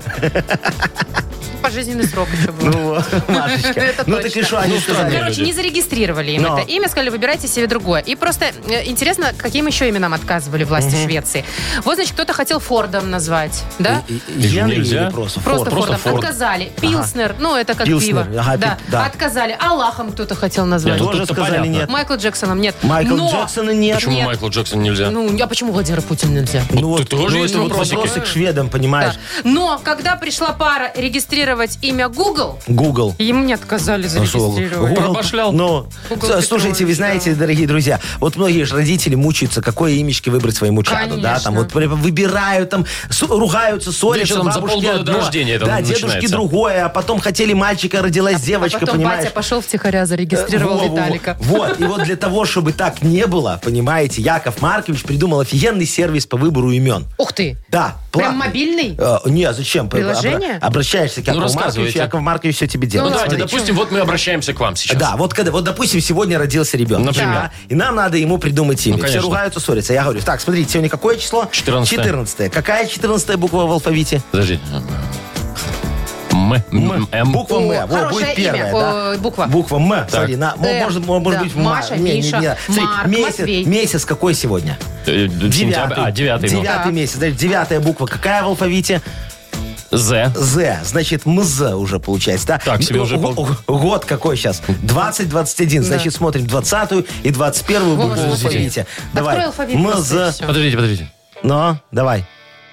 Speaker 4: Пожизненный срок еще был.
Speaker 5: Ну, [LAUGHS] вот, Машечка.
Speaker 4: Это
Speaker 5: Ну, так и
Speaker 4: точно.
Speaker 5: что они сказали?
Speaker 4: Короче, не зарегистрировали им
Speaker 5: Но.
Speaker 4: это имя, сказали, выбирайте себе другое. И просто э, интересно, каким еще именам отказывали власти Швеции. Вот, значит, кто-то хотел Фордом назвать, да?
Speaker 5: И- и- Генри
Speaker 3: нельзя?
Speaker 5: или просто?
Speaker 4: Просто,
Speaker 5: Форд?
Speaker 4: Фордом.
Speaker 3: Форд.
Speaker 4: Отказали. Пилснер, ну, это как
Speaker 5: Пилснер,
Speaker 4: пиво.
Speaker 5: ага,
Speaker 4: да.
Speaker 5: пи- да.
Speaker 4: Отказали. Аллахом кто-то хотел назвать.
Speaker 3: Не, ну,
Speaker 5: Тоже
Speaker 3: тут-то
Speaker 5: сказали
Speaker 3: понятно.
Speaker 5: нет.
Speaker 4: Майкла Джексоном нет.
Speaker 5: Майкла
Speaker 4: Но-
Speaker 5: Джексона нет.
Speaker 3: Почему
Speaker 4: Нет.
Speaker 3: Майклу Джексону нельзя?
Speaker 4: Ну, а почему Владимира Путина нельзя?
Speaker 5: Ну,
Speaker 3: ты
Speaker 5: вот,
Speaker 3: тоже
Speaker 5: ну,
Speaker 3: есть
Speaker 5: это вот
Speaker 3: вопросики?
Speaker 5: вопросы к шведам,
Speaker 4: Да.
Speaker 5: понимаешь?
Speaker 4: Но когда пришла пара регистрировать имя Google,
Speaker 5: Google.
Speaker 4: им не отказали
Speaker 5: Нашел.
Speaker 4: зарегистрировать.
Speaker 3: Пробашлял.
Speaker 5: Ну,
Speaker 4: Google
Speaker 5: с- слушайте, вы
Speaker 4: Петрович,
Speaker 5: знаете, дорогие друзья, вот многие же родители мучаются, какое имечки выбрать своему чаду, да,
Speaker 4: Конечно.
Speaker 5: там вот прям выбирают, там су- ругаются, ссорятся,
Speaker 3: еще там за
Speaker 5: бабушки
Speaker 3: полгода до
Speaker 5: одно,
Speaker 3: рождения это
Speaker 5: да, дедушки
Speaker 3: начинается.
Speaker 5: другое, а потом хотели мальчика, родилась девочка,
Speaker 4: а потом
Speaker 5: понимаешь? Э,
Speaker 4: батя пошел втихаря, зарегистрировал
Speaker 5: Во-во-во.
Speaker 4: Виталика.
Speaker 5: Вот, и вот для того, чтобы так не было, понимаете, Яков Маркович придумал офигенный сервис по выбору имен.
Speaker 4: Ух ты!
Speaker 5: Да,
Speaker 4: Прям
Speaker 5: платный.
Speaker 4: мобильный?
Speaker 5: Э, не, зачем?
Speaker 4: Приложение?
Speaker 5: Обра- Обращаешься к
Speaker 3: Ну,
Speaker 5: Якову Марковичу,
Speaker 3: рассказывайте.
Speaker 5: Яков Маркович все тебе
Speaker 3: Ну,
Speaker 5: делает.
Speaker 3: давайте,
Speaker 5: Смотри.
Speaker 3: допустим, вот мы обращаемся к вам сейчас.
Speaker 5: Да, вот когда, вот допустим, сегодня родился ребенок.
Speaker 3: Например.
Speaker 5: Да, И нам надо ему придумать имя.
Speaker 3: Ну,
Speaker 5: Все
Speaker 3: конечно.
Speaker 5: ругаются, ссорятся. Я говорю, так, смотрите, сегодня какое число?
Speaker 3: 14-е.
Speaker 5: 14. Какая 14 буква в алфавите?
Speaker 3: Подожди. М. М. М.
Speaker 5: Буква
Speaker 4: О,
Speaker 5: М. Во,
Speaker 4: хорошее
Speaker 5: будет
Speaker 4: имя.
Speaker 5: первая, да?
Speaker 4: О, буква.
Speaker 5: Буква М. Смотри, на, мо-
Speaker 4: Э,
Speaker 5: может, мо- может
Speaker 4: да.
Speaker 5: быть, ма.
Speaker 4: Маша, Миша,
Speaker 5: Смотри,
Speaker 4: Марк, Матвей.
Speaker 5: месяц, месяц какой сегодня?
Speaker 3: Э, сентябрь. А, девятый. был.
Speaker 5: Девятый месяц. Значит, девятая буква какая в алфавите?
Speaker 3: З.
Speaker 5: З. Значит, МЗ уже получается, да?
Speaker 3: Так, себе уже
Speaker 5: Г-
Speaker 3: пол-
Speaker 5: г- Год какой сейчас? 20-21. Значит, смотрим 20 и 21 букву
Speaker 4: Вова,
Speaker 5: в
Speaker 4: смотри.
Speaker 5: алфавите.
Speaker 4: Открой
Speaker 5: Давай.
Speaker 4: алфавит. просто и
Speaker 5: МЗ.
Speaker 4: всё.
Speaker 3: Подождите, подождите.
Speaker 5: Ну, давай.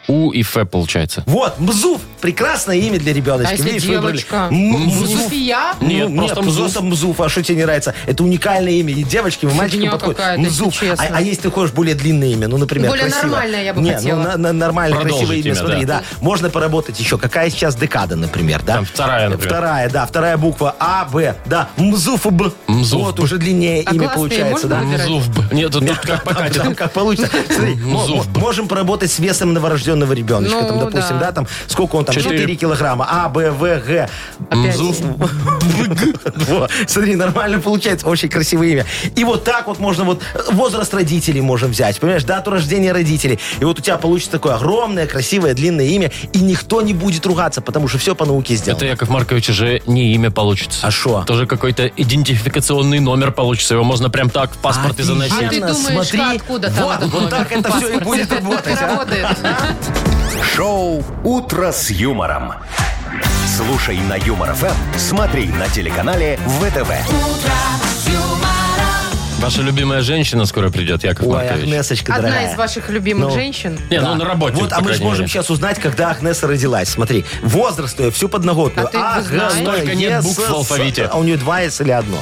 Speaker 3: У и Ф получается.
Speaker 5: Вот, Мзуф. Прекрасное имя для ребеночка.
Speaker 4: А если
Speaker 5: Видишь, выбрали.
Speaker 4: девочка?
Speaker 5: М- Мзуф.
Speaker 4: Зуфия?
Speaker 5: Ну,
Speaker 3: Нет, просто Мзуф.
Speaker 5: просто Мзуф. А что тебе не нравится? Это уникальное имя. И девочкам, и мальчикам
Speaker 4: Фигня
Speaker 5: подходит.
Speaker 4: какая-то,
Speaker 5: Мзуф.
Speaker 4: если
Speaker 5: А,
Speaker 4: честно.
Speaker 5: а если ты хочешь более длинное имя, ну, например,
Speaker 4: Более
Speaker 5: красиво.
Speaker 4: нормальное я бы
Speaker 5: Не,
Speaker 4: хотела.
Speaker 5: ну, на- на- нормальное,
Speaker 3: Продолжить
Speaker 5: красивое имя,
Speaker 3: имя,
Speaker 5: смотри,
Speaker 3: да.
Speaker 5: да. Можно поработать еще. Какая сейчас декада, например, да?
Speaker 3: Там вторая, например.
Speaker 5: Вторая, да. Вторая буква А, Б. Да, Мзуф, Б.
Speaker 3: Мзуф,
Speaker 5: Вот,
Speaker 3: Б.
Speaker 5: уже длиннее
Speaker 4: А
Speaker 5: имя
Speaker 4: гласные
Speaker 5: получается,
Speaker 4: можно
Speaker 5: да.
Speaker 4: выбирать?
Speaker 3: Зуб. Б. Нет, тут как покатит.
Speaker 5: А Там
Speaker 3: [LAUGHS]
Speaker 5: как получится. Смотри, мо-
Speaker 3: Ну, Зуб.
Speaker 5: мо- можем поработать с весом новорожденного ребеночка.
Speaker 4: Ну,
Speaker 5: Там, допустим,
Speaker 4: да.
Speaker 5: да, там сколько он там?
Speaker 3: Четыре.
Speaker 5: 4 килограмма. А, Б, В, Г.
Speaker 4: Опять.
Speaker 5: [LAUGHS] Во, Смотри, нормально получается. Очень красивое имя. И вот так вот можно вот э, возраст родителей можем взять. Понимаешь, дату рождения родителей. И вот у тебя получится такое огромное, красивое, длинное имя. И никто не будет ругаться, потому что все по науке
Speaker 3: Это,
Speaker 5: сделано.
Speaker 3: Яков Маркович, уже не имя получится.
Speaker 5: А шо?
Speaker 3: Тоже какой-то идентификационный номер получится. Его можно прям так в паспорт и заносить.
Speaker 4: А ты
Speaker 5: Офигенно,
Speaker 4: думаешь,
Speaker 5: смотри.
Speaker 4: откуда там
Speaker 5: Вот,
Speaker 4: этот
Speaker 5: вот
Speaker 4: номер?
Speaker 5: так это все и будет работать. а?
Speaker 4: Работает.
Speaker 2: Шоу «Утро с юмором». Слушай на Юмор ФМ, смотри на телеканале ВТВ.
Speaker 3: Ваша любимая женщина скоро придет, Яков
Speaker 5: Ой,
Speaker 3: Маркович.
Speaker 5: Агнесочка,
Speaker 4: Одна
Speaker 5: дорогая.
Speaker 4: из ваших любимых
Speaker 5: Ну,
Speaker 4: женщин.
Speaker 3: Не,
Speaker 5: Да.
Speaker 3: ну на работе.
Speaker 5: Вот, а
Speaker 3: по
Speaker 5: мы же
Speaker 3: крайней
Speaker 5: можем
Speaker 3: мере.
Speaker 5: сейчас узнать, когда Агнеса родилась. Смотри, возраст ее, всю подноготную.
Speaker 4: А ты это знаешь?
Speaker 3: Столько нет букв в алфавите.
Speaker 5: А у нее два «с» или одно?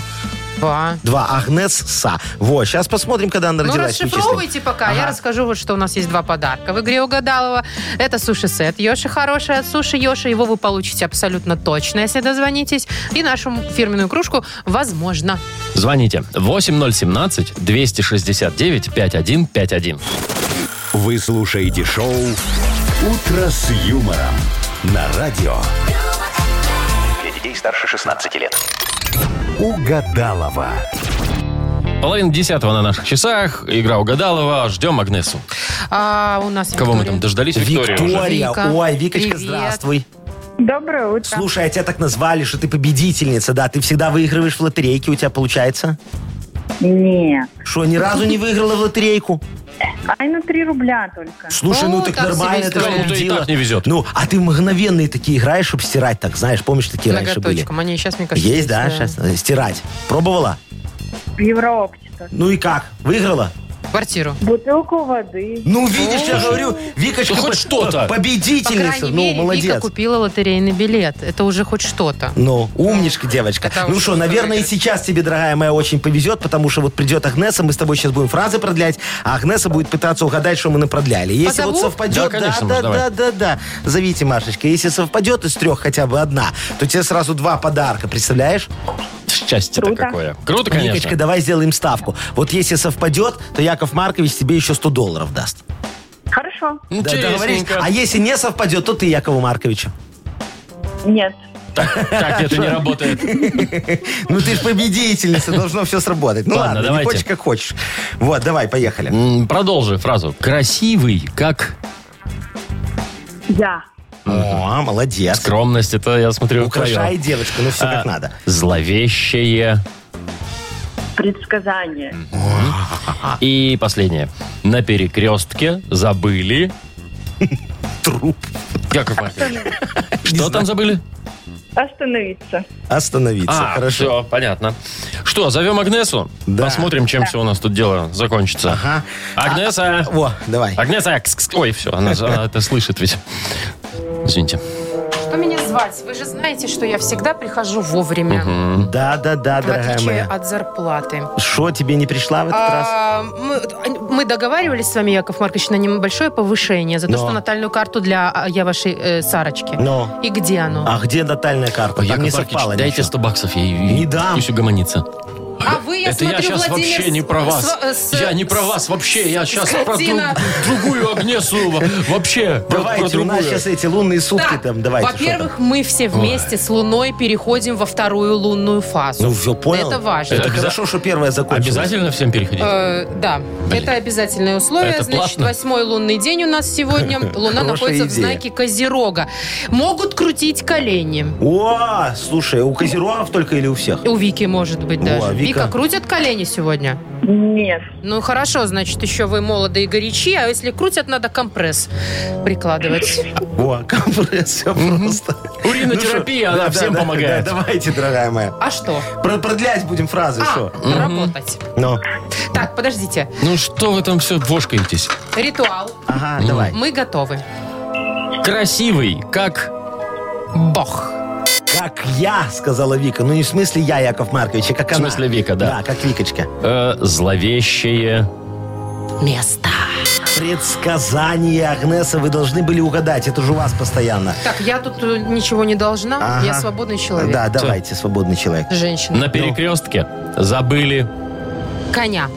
Speaker 4: Два.
Speaker 5: Два. Агнесса. Вот, сейчас посмотрим, когда она
Speaker 4: Ну,
Speaker 5: родилась.
Speaker 4: расшифровывайте пока. Я расскажу, вот что у нас есть два подарка в игре Угадалова. Это суши-сет Йоши хорошая от Суши Йоши. Его вы получите абсолютно точно, если дозвонитесь. И нашу фирменную кружку «Возможно».
Speaker 3: Звоните 8017-269-5151.
Speaker 2: Вы слушаете шоу «Утро с юмором» на радио
Speaker 6: Для детей старше 16 лет.
Speaker 2: Угадалова.
Speaker 3: Половина десятого на наших часах. Игра угадалова. Ждем Агнесу.
Speaker 4: А у нас
Speaker 3: Кого мы
Speaker 4: Виктория.
Speaker 3: там дождались? Викторию уже.
Speaker 5: Виктория.
Speaker 4: Вика.
Speaker 5: Ой, Викочка,
Speaker 4: Привет.
Speaker 5: здравствуй.
Speaker 7: Доброе утро.
Speaker 5: Слушай, а тебя так назвали, что ты победительница, да? Ты всегда выигрываешь в лотерейке, у тебя получается?
Speaker 7: Не.
Speaker 5: Что, ни разу не выиграла в лотерейку?
Speaker 8: а
Speaker 7: Ай, на 3 рубля только.
Speaker 5: Слушай, ну
Speaker 4: О,
Speaker 5: так
Speaker 4: так
Speaker 5: нормально,
Speaker 4: себе
Speaker 5: ты ж
Speaker 4: история.
Speaker 3: Кому-то и
Speaker 5: победила.
Speaker 3: так не везет.
Speaker 5: Ну, а ты мгновенные такие играешь, чтобы стирать так, знаешь, помнишь, такие раньше были?
Speaker 4: Ноготочком. Они сейчас, мне кажется, э,
Speaker 5: Есть, да, сейчас стирать. Пробовала?
Speaker 7: В Еврооптика.
Speaker 5: Ну и как? Выиграла?
Speaker 4: Квартиру.
Speaker 7: Бутылку воды.
Speaker 5: Ну, видишь, я говорю, Викочка
Speaker 3: Ну, хоть
Speaker 5: по-
Speaker 3: что-то.
Speaker 5: по-
Speaker 4: По
Speaker 5: победительница.
Speaker 4: крайней
Speaker 5: ну,
Speaker 4: мере,
Speaker 5: молодец.
Speaker 4: Вика купила лотерейный билет. Это уже хоть что-то.
Speaker 5: Ну, умничка, девочка.
Speaker 4: Это
Speaker 5: Ну
Speaker 4: уж
Speaker 5: что,
Speaker 4: можно
Speaker 5: наверное, и
Speaker 4: выиграть.
Speaker 5: сейчас тебе, дорогая моя, очень повезет, потому что вот придет Агнеса, мы с тобой сейчас будем фразы продлять, а Агнеса будет пытаться угадать, что мы напродляли. Если
Speaker 4: Позову?
Speaker 5: вот совпадет,
Speaker 3: Да, конечно,
Speaker 5: да,
Speaker 3: Маш, давай.
Speaker 5: да, да, да. Зовите, Машечка. Если совпадет из трех хотя бы одна, то тебе сразу два подарка, представляешь?
Speaker 3: Счастье-то
Speaker 7: Круто.
Speaker 3: какое. Круто, конечно.
Speaker 5: Викочка, давай сделаем ставку. Вот если совпадет, то Яков Маркович тебе еще 100 долларов даст.
Speaker 7: Хорошо.
Speaker 5: Да, договорились?
Speaker 3: Интересненько.
Speaker 5: А если не совпадет, то ты Якову Марковичу.
Speaker 7: Нет.
Speaker 3: Так это не работает.
Speaker 5: Ну ты ж победительница, должно все сработать. Ну
Speaker 3: Ладно,
Speaker 5: ладно, не
Speaker 3: давайте.
Speaker 5: хочешь, как хочешь. Вот, давай, поехали.
Speaker 3: М, Продолжи фразу. Красивый, как
Speaker 7: Я.
Speaker 5: О, молодец.
Speaker 3: скромность. Это, я смотрю, твоё.
Speaker 5: Украшай девочку, ну все
Speaker 3: А,
Speaker 5: как надо.
Speaker 3: Зловещее.
Speaker 7: Предсказание.
Speaker 5: А.
Speaker 3: И последнее. На перекрестке забыли...
Speaker 5: Труп.
Speaker 3: Яков Маркович, что там забыли?
Speaker 7: Остановиться.
Speaker 5: Остановиться,
Speaker 3: А,
Speaker 5: хорошо.
Speaker 3: все, понятно. Что, зовем Агнесу?
Speaker 5: Да.
Speaker 3: Посмотрим, чем все у нас тут дело закончится.
Speaker 5: Ага. А,
Speaker 3: Агнеса!
Speaker 5: Во, давай.
Speaker 3: Агнеса! а, кс- кс- Ой, все, она, она это слышит ведь. Извините.
Speaker 4: Что меня звать? Вы же знаете, что я всегда прихожу вовремя.
Speaker 5: Да, да, да,
Speaker 4: В
Speaker 5: дорогая
Speaker 4: отличие
Speaker 5: моя.
Speaker 4: от зарплаты.
Speaker 5: Что тебе не пришла в этот раз?
Speaker 4: А, мы, мы договаривались с вами, Яков Маркович, на небольшое повышение за то,
Speaker 5: Но.
Speaker 4: что натальную карту для а, я вашей э, Сарочки.
Speaker 5: Но.
Speaker 4: И где оно?
Speaker 5: А где натальная карта? Там не
Speaker 3: Яков
Speaker 5: совпало
Speaker 3: Маркович, а дайте
Speaker 5: ничего.
Speaker 3: 100 баксов ей. и
Speaker 5: Не дам.
Speaker 3: Пусть угомонится.
Speaker 4: А вы,
Speaker 3: это я сейчас вообще не про вас. я не про вас вообще. Я сейчас про друг-
Speaker 4: скотина.
Speaker 3: другую Агнесу. Вообще. про- про
Speaker 5: Давайте, у
Speaker 3: другую.
Speaker 5: нас сейчас эти лунные сутки
Speaker 4: Так,
Speaker 5: там, давайте. что там.
Speaker 4: Во-первых, мы все вместе с Луной переходим во вторую лунную фазу.
Speaker 5: Ну все, понял.
Speaker 4: Это важно.
Speaker 5: Это
Speaker 3: Это обяза-
Speaker 5: хорошо, что первое закончилось.
Speaker 3: Обязательно всем переходить?
Speaker 4: Э, да, это обязательное условие.
Speaker 3: Это
Speaker 4: Значит,
Speaker 3: платно?
Speaker 4: восьмой лунный день у нас
Speaker 3: [LAUGHS]
Speaker 4: сегодня. Луна
Speaker 5: Хорошая
Speaker 4: находится в
Speaker 5: идея.
Speaker 4: знаке Козерога. Могут крутить колени.
Speaker 5: О, слушай, у Козерогов только или у всех?
Speaker 4: У Вики, может быть,
Speaker 5: О,
Speaker 4: даже.
Speaker 5: Вика.
Speaker 4: Вика, крутят колени сегодня?
Speaker 7: Нет.
Speaker 4: Ну, хорошо, значит, еще вы молоды и горячи, а если крутят, надо компресс прикладывать.
Speaker 5: О, [LAUGHS] компресс, все просто.
Speaker 3: Уринотерапия,
Speaker 5: Ну
Speaker 3: она
Speaker 5: что, да,
Speaker 3: всем
Speaker 5: да,
Speaker 3: помогает.
Speaker 5: да, Давайте, дорогая моя.
Speaker 4: А что?
Speaker 5: Про- Продлять будем фразы,
Speaker 4: А,
Speaker 5: что?
Speaker 4: работать.
Speaker 5: Ну,
Speaker 4: Так, подождите.
Speaker 3: Ну что вы там все вошкаетесь?
Speaker 4: Ритуал.
Speaker 5: ага, давай.
Speaker 4: Мы готовы.
Speaker 3: Красивый, как...
Speaker 4: Бог.
Speaker 5: Как я, сказала Вика. Ну, не в смысле я, Яков Маркович, а как она.
Speaker 3: смысле Вика, да.
Speaker 5: Да, как Викочка.
Speaker 3: э, зловещее.
Speaker 4: Место.
Speaker 5: Предсказание, Агнеса, вы должны были угадать. Это же у вас постоянно.
Speaker 4: Так, я тут э, ничего не должна.
Speaker 5: Ага.
Speaker 4: Я свободный человек.
Speaker 5: Да, давайте, свободный человек.
Speaker 4: Женщина.
Speaker 3: На перекрестке забыли...
Speaker 4: Коня.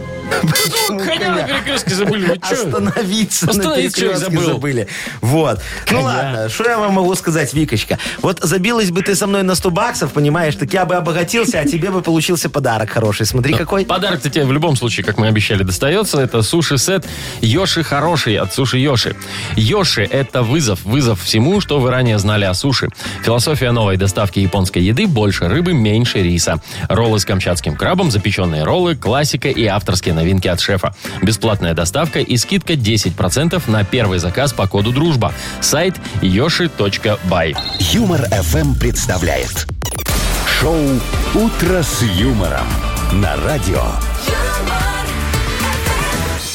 Speaker 5: Ну,
Speaker 3: Коня на перекрестке забыли,
Speaker 5: А
Speaker 3: вы чё?
Speaker 5: Остановиться на
Speaker 3: Остановиться, человек,
Speaker 5: перекрестке
Speaker 3: забыл. А
Speaker 5: забыли. Вот. Ну ладно, что я вам могу сказать, Викочка? Вот забилась бы ты со мной на 100 баксов, понимаешь, так я бы обогатился, а тебе бы получился подарок хороший. Смотри, какой.
Speaker 3: Подарок тебе в любом случае, как мы обещали, достается. Это суши-сет Йоши Хороший от Суши Йоши. Йоши – это вызов. Вызов всему, что вы ранее знали о суши. Философия новой доставки японской еды – больше рыбы, меньше риса. Роллы с камчатским крабом, запеченные роллы, классика и авторские новинки от шефа. Бесплатная доставка и скидка 10% на первый заказ по коду «Дружба». Сайт yoshi.by.
Speaker 2: Юмор FM представляет шоу Утро с юмором на радио.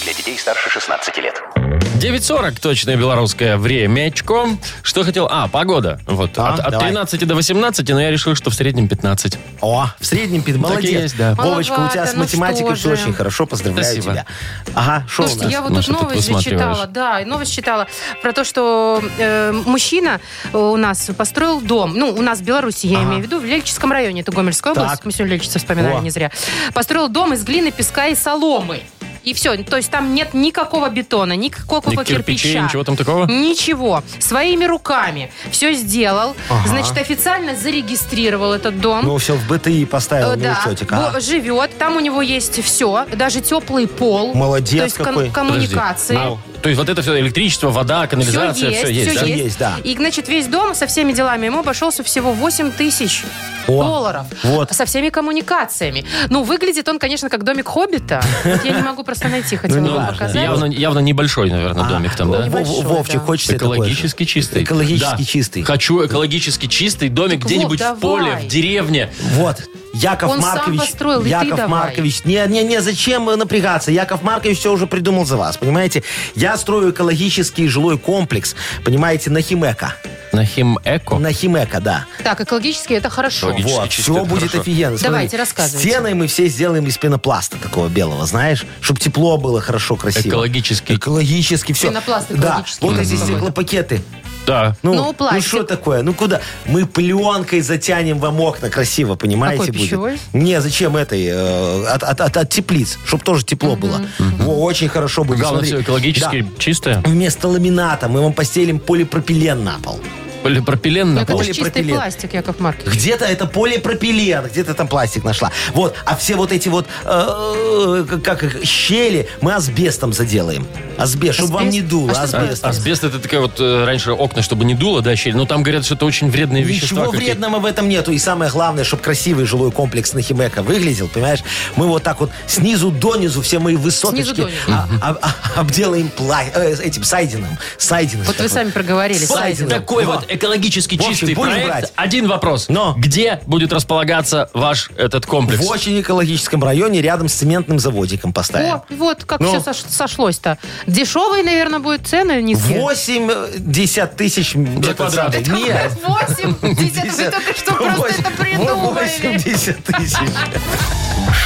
Speaker 6: Для детей старше 16 лет.
Speaker 3: 9.40 точное белорусское время. Очком. Что хотел? А, погода. Вот.
Speaker 5: Да,
Speaker 3: от, от
Speaker 5: давай.
Speaker 3: 13 до 18, но я решил, что в среднем 15.
Speaker 5: О, в среднем
Speaker 4: Ну,
Speaker 5: пи- молодец.
Speaker 3: есть, да.
Speaker 5: Вовочка, у тебя
Speaker 4: Маловато,
Speaker 5: с
Speaker 4: ну
Speaker 5: математикой
Speaker 4: что
Speaker 5: все
Speaker 4: же.
Speaker 5: очень хорошо. Поздравляю
Speaker 3: Спасибо.
Speaker 5: тебя. Ага, что у
Speaker 4: Слушайте,
Speaker 5: нас?
Speaker 4: я вот тут
Speaker 3: Маша, тут
Speaker 4: новость
Speaker 3: высматриваешь.
Speaker 4: зачитала, да, и новость читала про то, что э, мужчина э, у нас построил дом, ну, у нас в Беларуси, я имею в виду, в Лельчинском районе, это Гомельская область,
Speaker 5: Так.
Speaker 4: мы сегодня Лельчица вспоминали
Speaker 5: О.
Speaker 4: не зря, построил дом из глины, песка и соломы. И все, то есть там нет никакого бетона, никакого
Speaker 3: Ни кирпичей,
Speaker 4: кирпича.
Speaker 3: ничего там такого?
Speaker 4: Ничего. Своими руками все сделал. Значит, официально зарегистрировал этот дом.
Speaker 5: Ну, все в БТИ поставил,
Speaker 4: Э,
Speaker 5: не
Speaker 4: Да,
Speaker 5: ну, учетик. а?
Speaker 4: Бо- живет, там у него есть все, даже теплый пол.
Speaker 5: Молодец
Speaker 4: То есть кон-
Speaker 5: какой.
Speaker 4: коммуникации.
Speaker 3: Подожди. А, то есть вот это все электричество, вода,
Speaker 4: Все
Speaker 3: канализация,
Speaker 4: есть,
Speaker 3: все
Speaker 4: все
Speaker 3: есть,
Speaker 4: есть.
Speaker 3: да?
Speaker 5: Есть, да.
Speaker 4: И, значит, весь дом со всеми делами ему обошелся всего 8 тысяч
Speaker 5: О,
Speaker 4: долларов.
Speaker 5: вот.
Speaker 4: Со всеми коммуникациями. Ну, выглядит он, конечно, как домик Хоббита. Вот Я не могу просто найти, хотела
Speaker 5: не
Speaker 4: вам
Speaker 5: важно.
Speaker 4: показать.
Speaker 3: Ну, Явно, явно небольшой, наверное,
Speaker 5: А,
Speaker 3: домик там, да?
Speaker 5: Во-
Speaker 4: Большой,
Speaker 5: Во- Вовчик,
Speaker 4: да.
Speaker 5: хочется
Speaker 3: Экологически чистый.
Speaker 5: Экологически
Speaker 3: Да.
Speaker 5: чистый.
Speaker 3: Хочу экологически чистый домик
Speaker 4: Так
Speaker 3: где-нибудь
Speaker 4: вот,
Speaker 3: в поле,
Speaker 4: давай.
Speaker 3: в деревне.
Speaker 5: Вот. Яков
Speaker 4: Он сам
Speaker 5: Маркович,
Speaker 4: построил, и ты
Speaker 5: Яков
Speaker 4: давай.
Speaker 5: Маркович, не, не, не, зачем напрягаться? Яков Маркович все уже придумал за вас, понимаете? Я строю экологический жилой комплекс, понимаете, на Химека,
Speaker 3: На Химэко.
Speaker 5: на Химека, да.
Speaker 4: Так, экологически это хорошо.
Speaker 3: Логично. Экологически
Speaker 5: Вот,
Speaker 3: чисто,
Speaker 5: все
Speaker 3: это
Speaker 5: будет
Speaker 3: хорошо.
Speaker 5: офигенно. Смотри,
Speaker 4: Давайте, рассказывайте.
Speaker 5: Стены мы все сделаем из пенопласта такого белого, знаешь, чтобы тепло было хорошо, красиво.
Speaker 3: Экологический.
Speaker 5: Экологически все.
Speaker 4: Пенопласт
Speaker 5: Да,
Speaker 4: экологический
Speaker 5: вот эти
Speaker 4: какой-то.
Speaker 5: стеклопакеты.
Speaker 3: Да.
Speaker 5: Ну,
Speaker 4: Ну,
Speaker 5: ну,
Speaker 4: пластик.
Speaker 5: что такое? Ну, куда? Мы пленкой затянем вам окна красиво, понимаете?
Speaker 4: Какой,
Speaker 5: будет?
Speaker 4: пищевой?
Speaker 5: Не, зачем этой? э, от, от- от- от теплиц, чтобы тоже тепло было. Во, очень хорошо будет.
Speaker 3: Главное,
Speaker 5: Ну, смотри.
Speaker 3: все экологически
Speaker 5: Да.
Speaker 3: чистое.
Speaker 5: Вместо ламината мы вам постелим полипропилен на пол.
Speaker 3: Полипропилен на
Speaker 4: Так Ну, это
Speaker 3: пол.
Speaker 4: же чистый
Speaker 5: полипропилен.
Speaker 4: пластик, Яков Маркович.
Speaker 5: Где-то это полипропилен, где-то там пластик нашла. Вот, а все вот эти вот, э, как их, щели мы асбестом заделаем. Асбест, чтобы вам
Speaker 4: Асбест?
Speaker 5: не дуло.
Speaker 4: А что такое
Speaker 5: асбестом.
Speaker 3: Асбест это такая вот э, раньше окна, чтобы не дуло, да, щель. Но там говорят, что это очень вредные вещества.
Speaker 5: Ничего
Speaker 3: какие-то.
Speaker 5: вредного в этом нету. И самое главное, чтобы красивый жилой комплекс на Химека выглядел, понимаешь? Мы вот так вот снизу донизу все мои
Speaker 4: Снизу
Speaker 5: высоточки
Speaker 4: донизу.
Speaker 5: а- а- а- обделаем пла- э, этим сайдином. Сайдином.
Speaker 4: Вот вы сами проговорили.
Speaker 5: Сайдином.
Speaker 4: сайдином.
Speaker 3: Такой
Speaker 5: Во.
Speaker 3: вот экологически
Speaker 5: В общем,
Speaker 3: чистый
Speaker 5: будем
Speaker 3: проект.
Speaker 5: брать.
Speaker 3: Один вопрос.
Speaker 5: Но. а
Speaker 3: Где будет располагаться ваш этот комплекс?
Speaker 5: В очень экологическом районе рядом с цементным заводиком поставим.
Speaker 4: О, вот как
Speaker 5: Ну.
Speaker 4: все сошлось-то. Дешевые, наверное, будут цены низкие.
Speaker 5: 80 тысяч это
Speaker 3: квадрат.
Speaker 5: самое. Нет.
Speaker 4: [LAUGHS] 80, вы только что просто это придумали.
Speaker 5: 80 тысяч.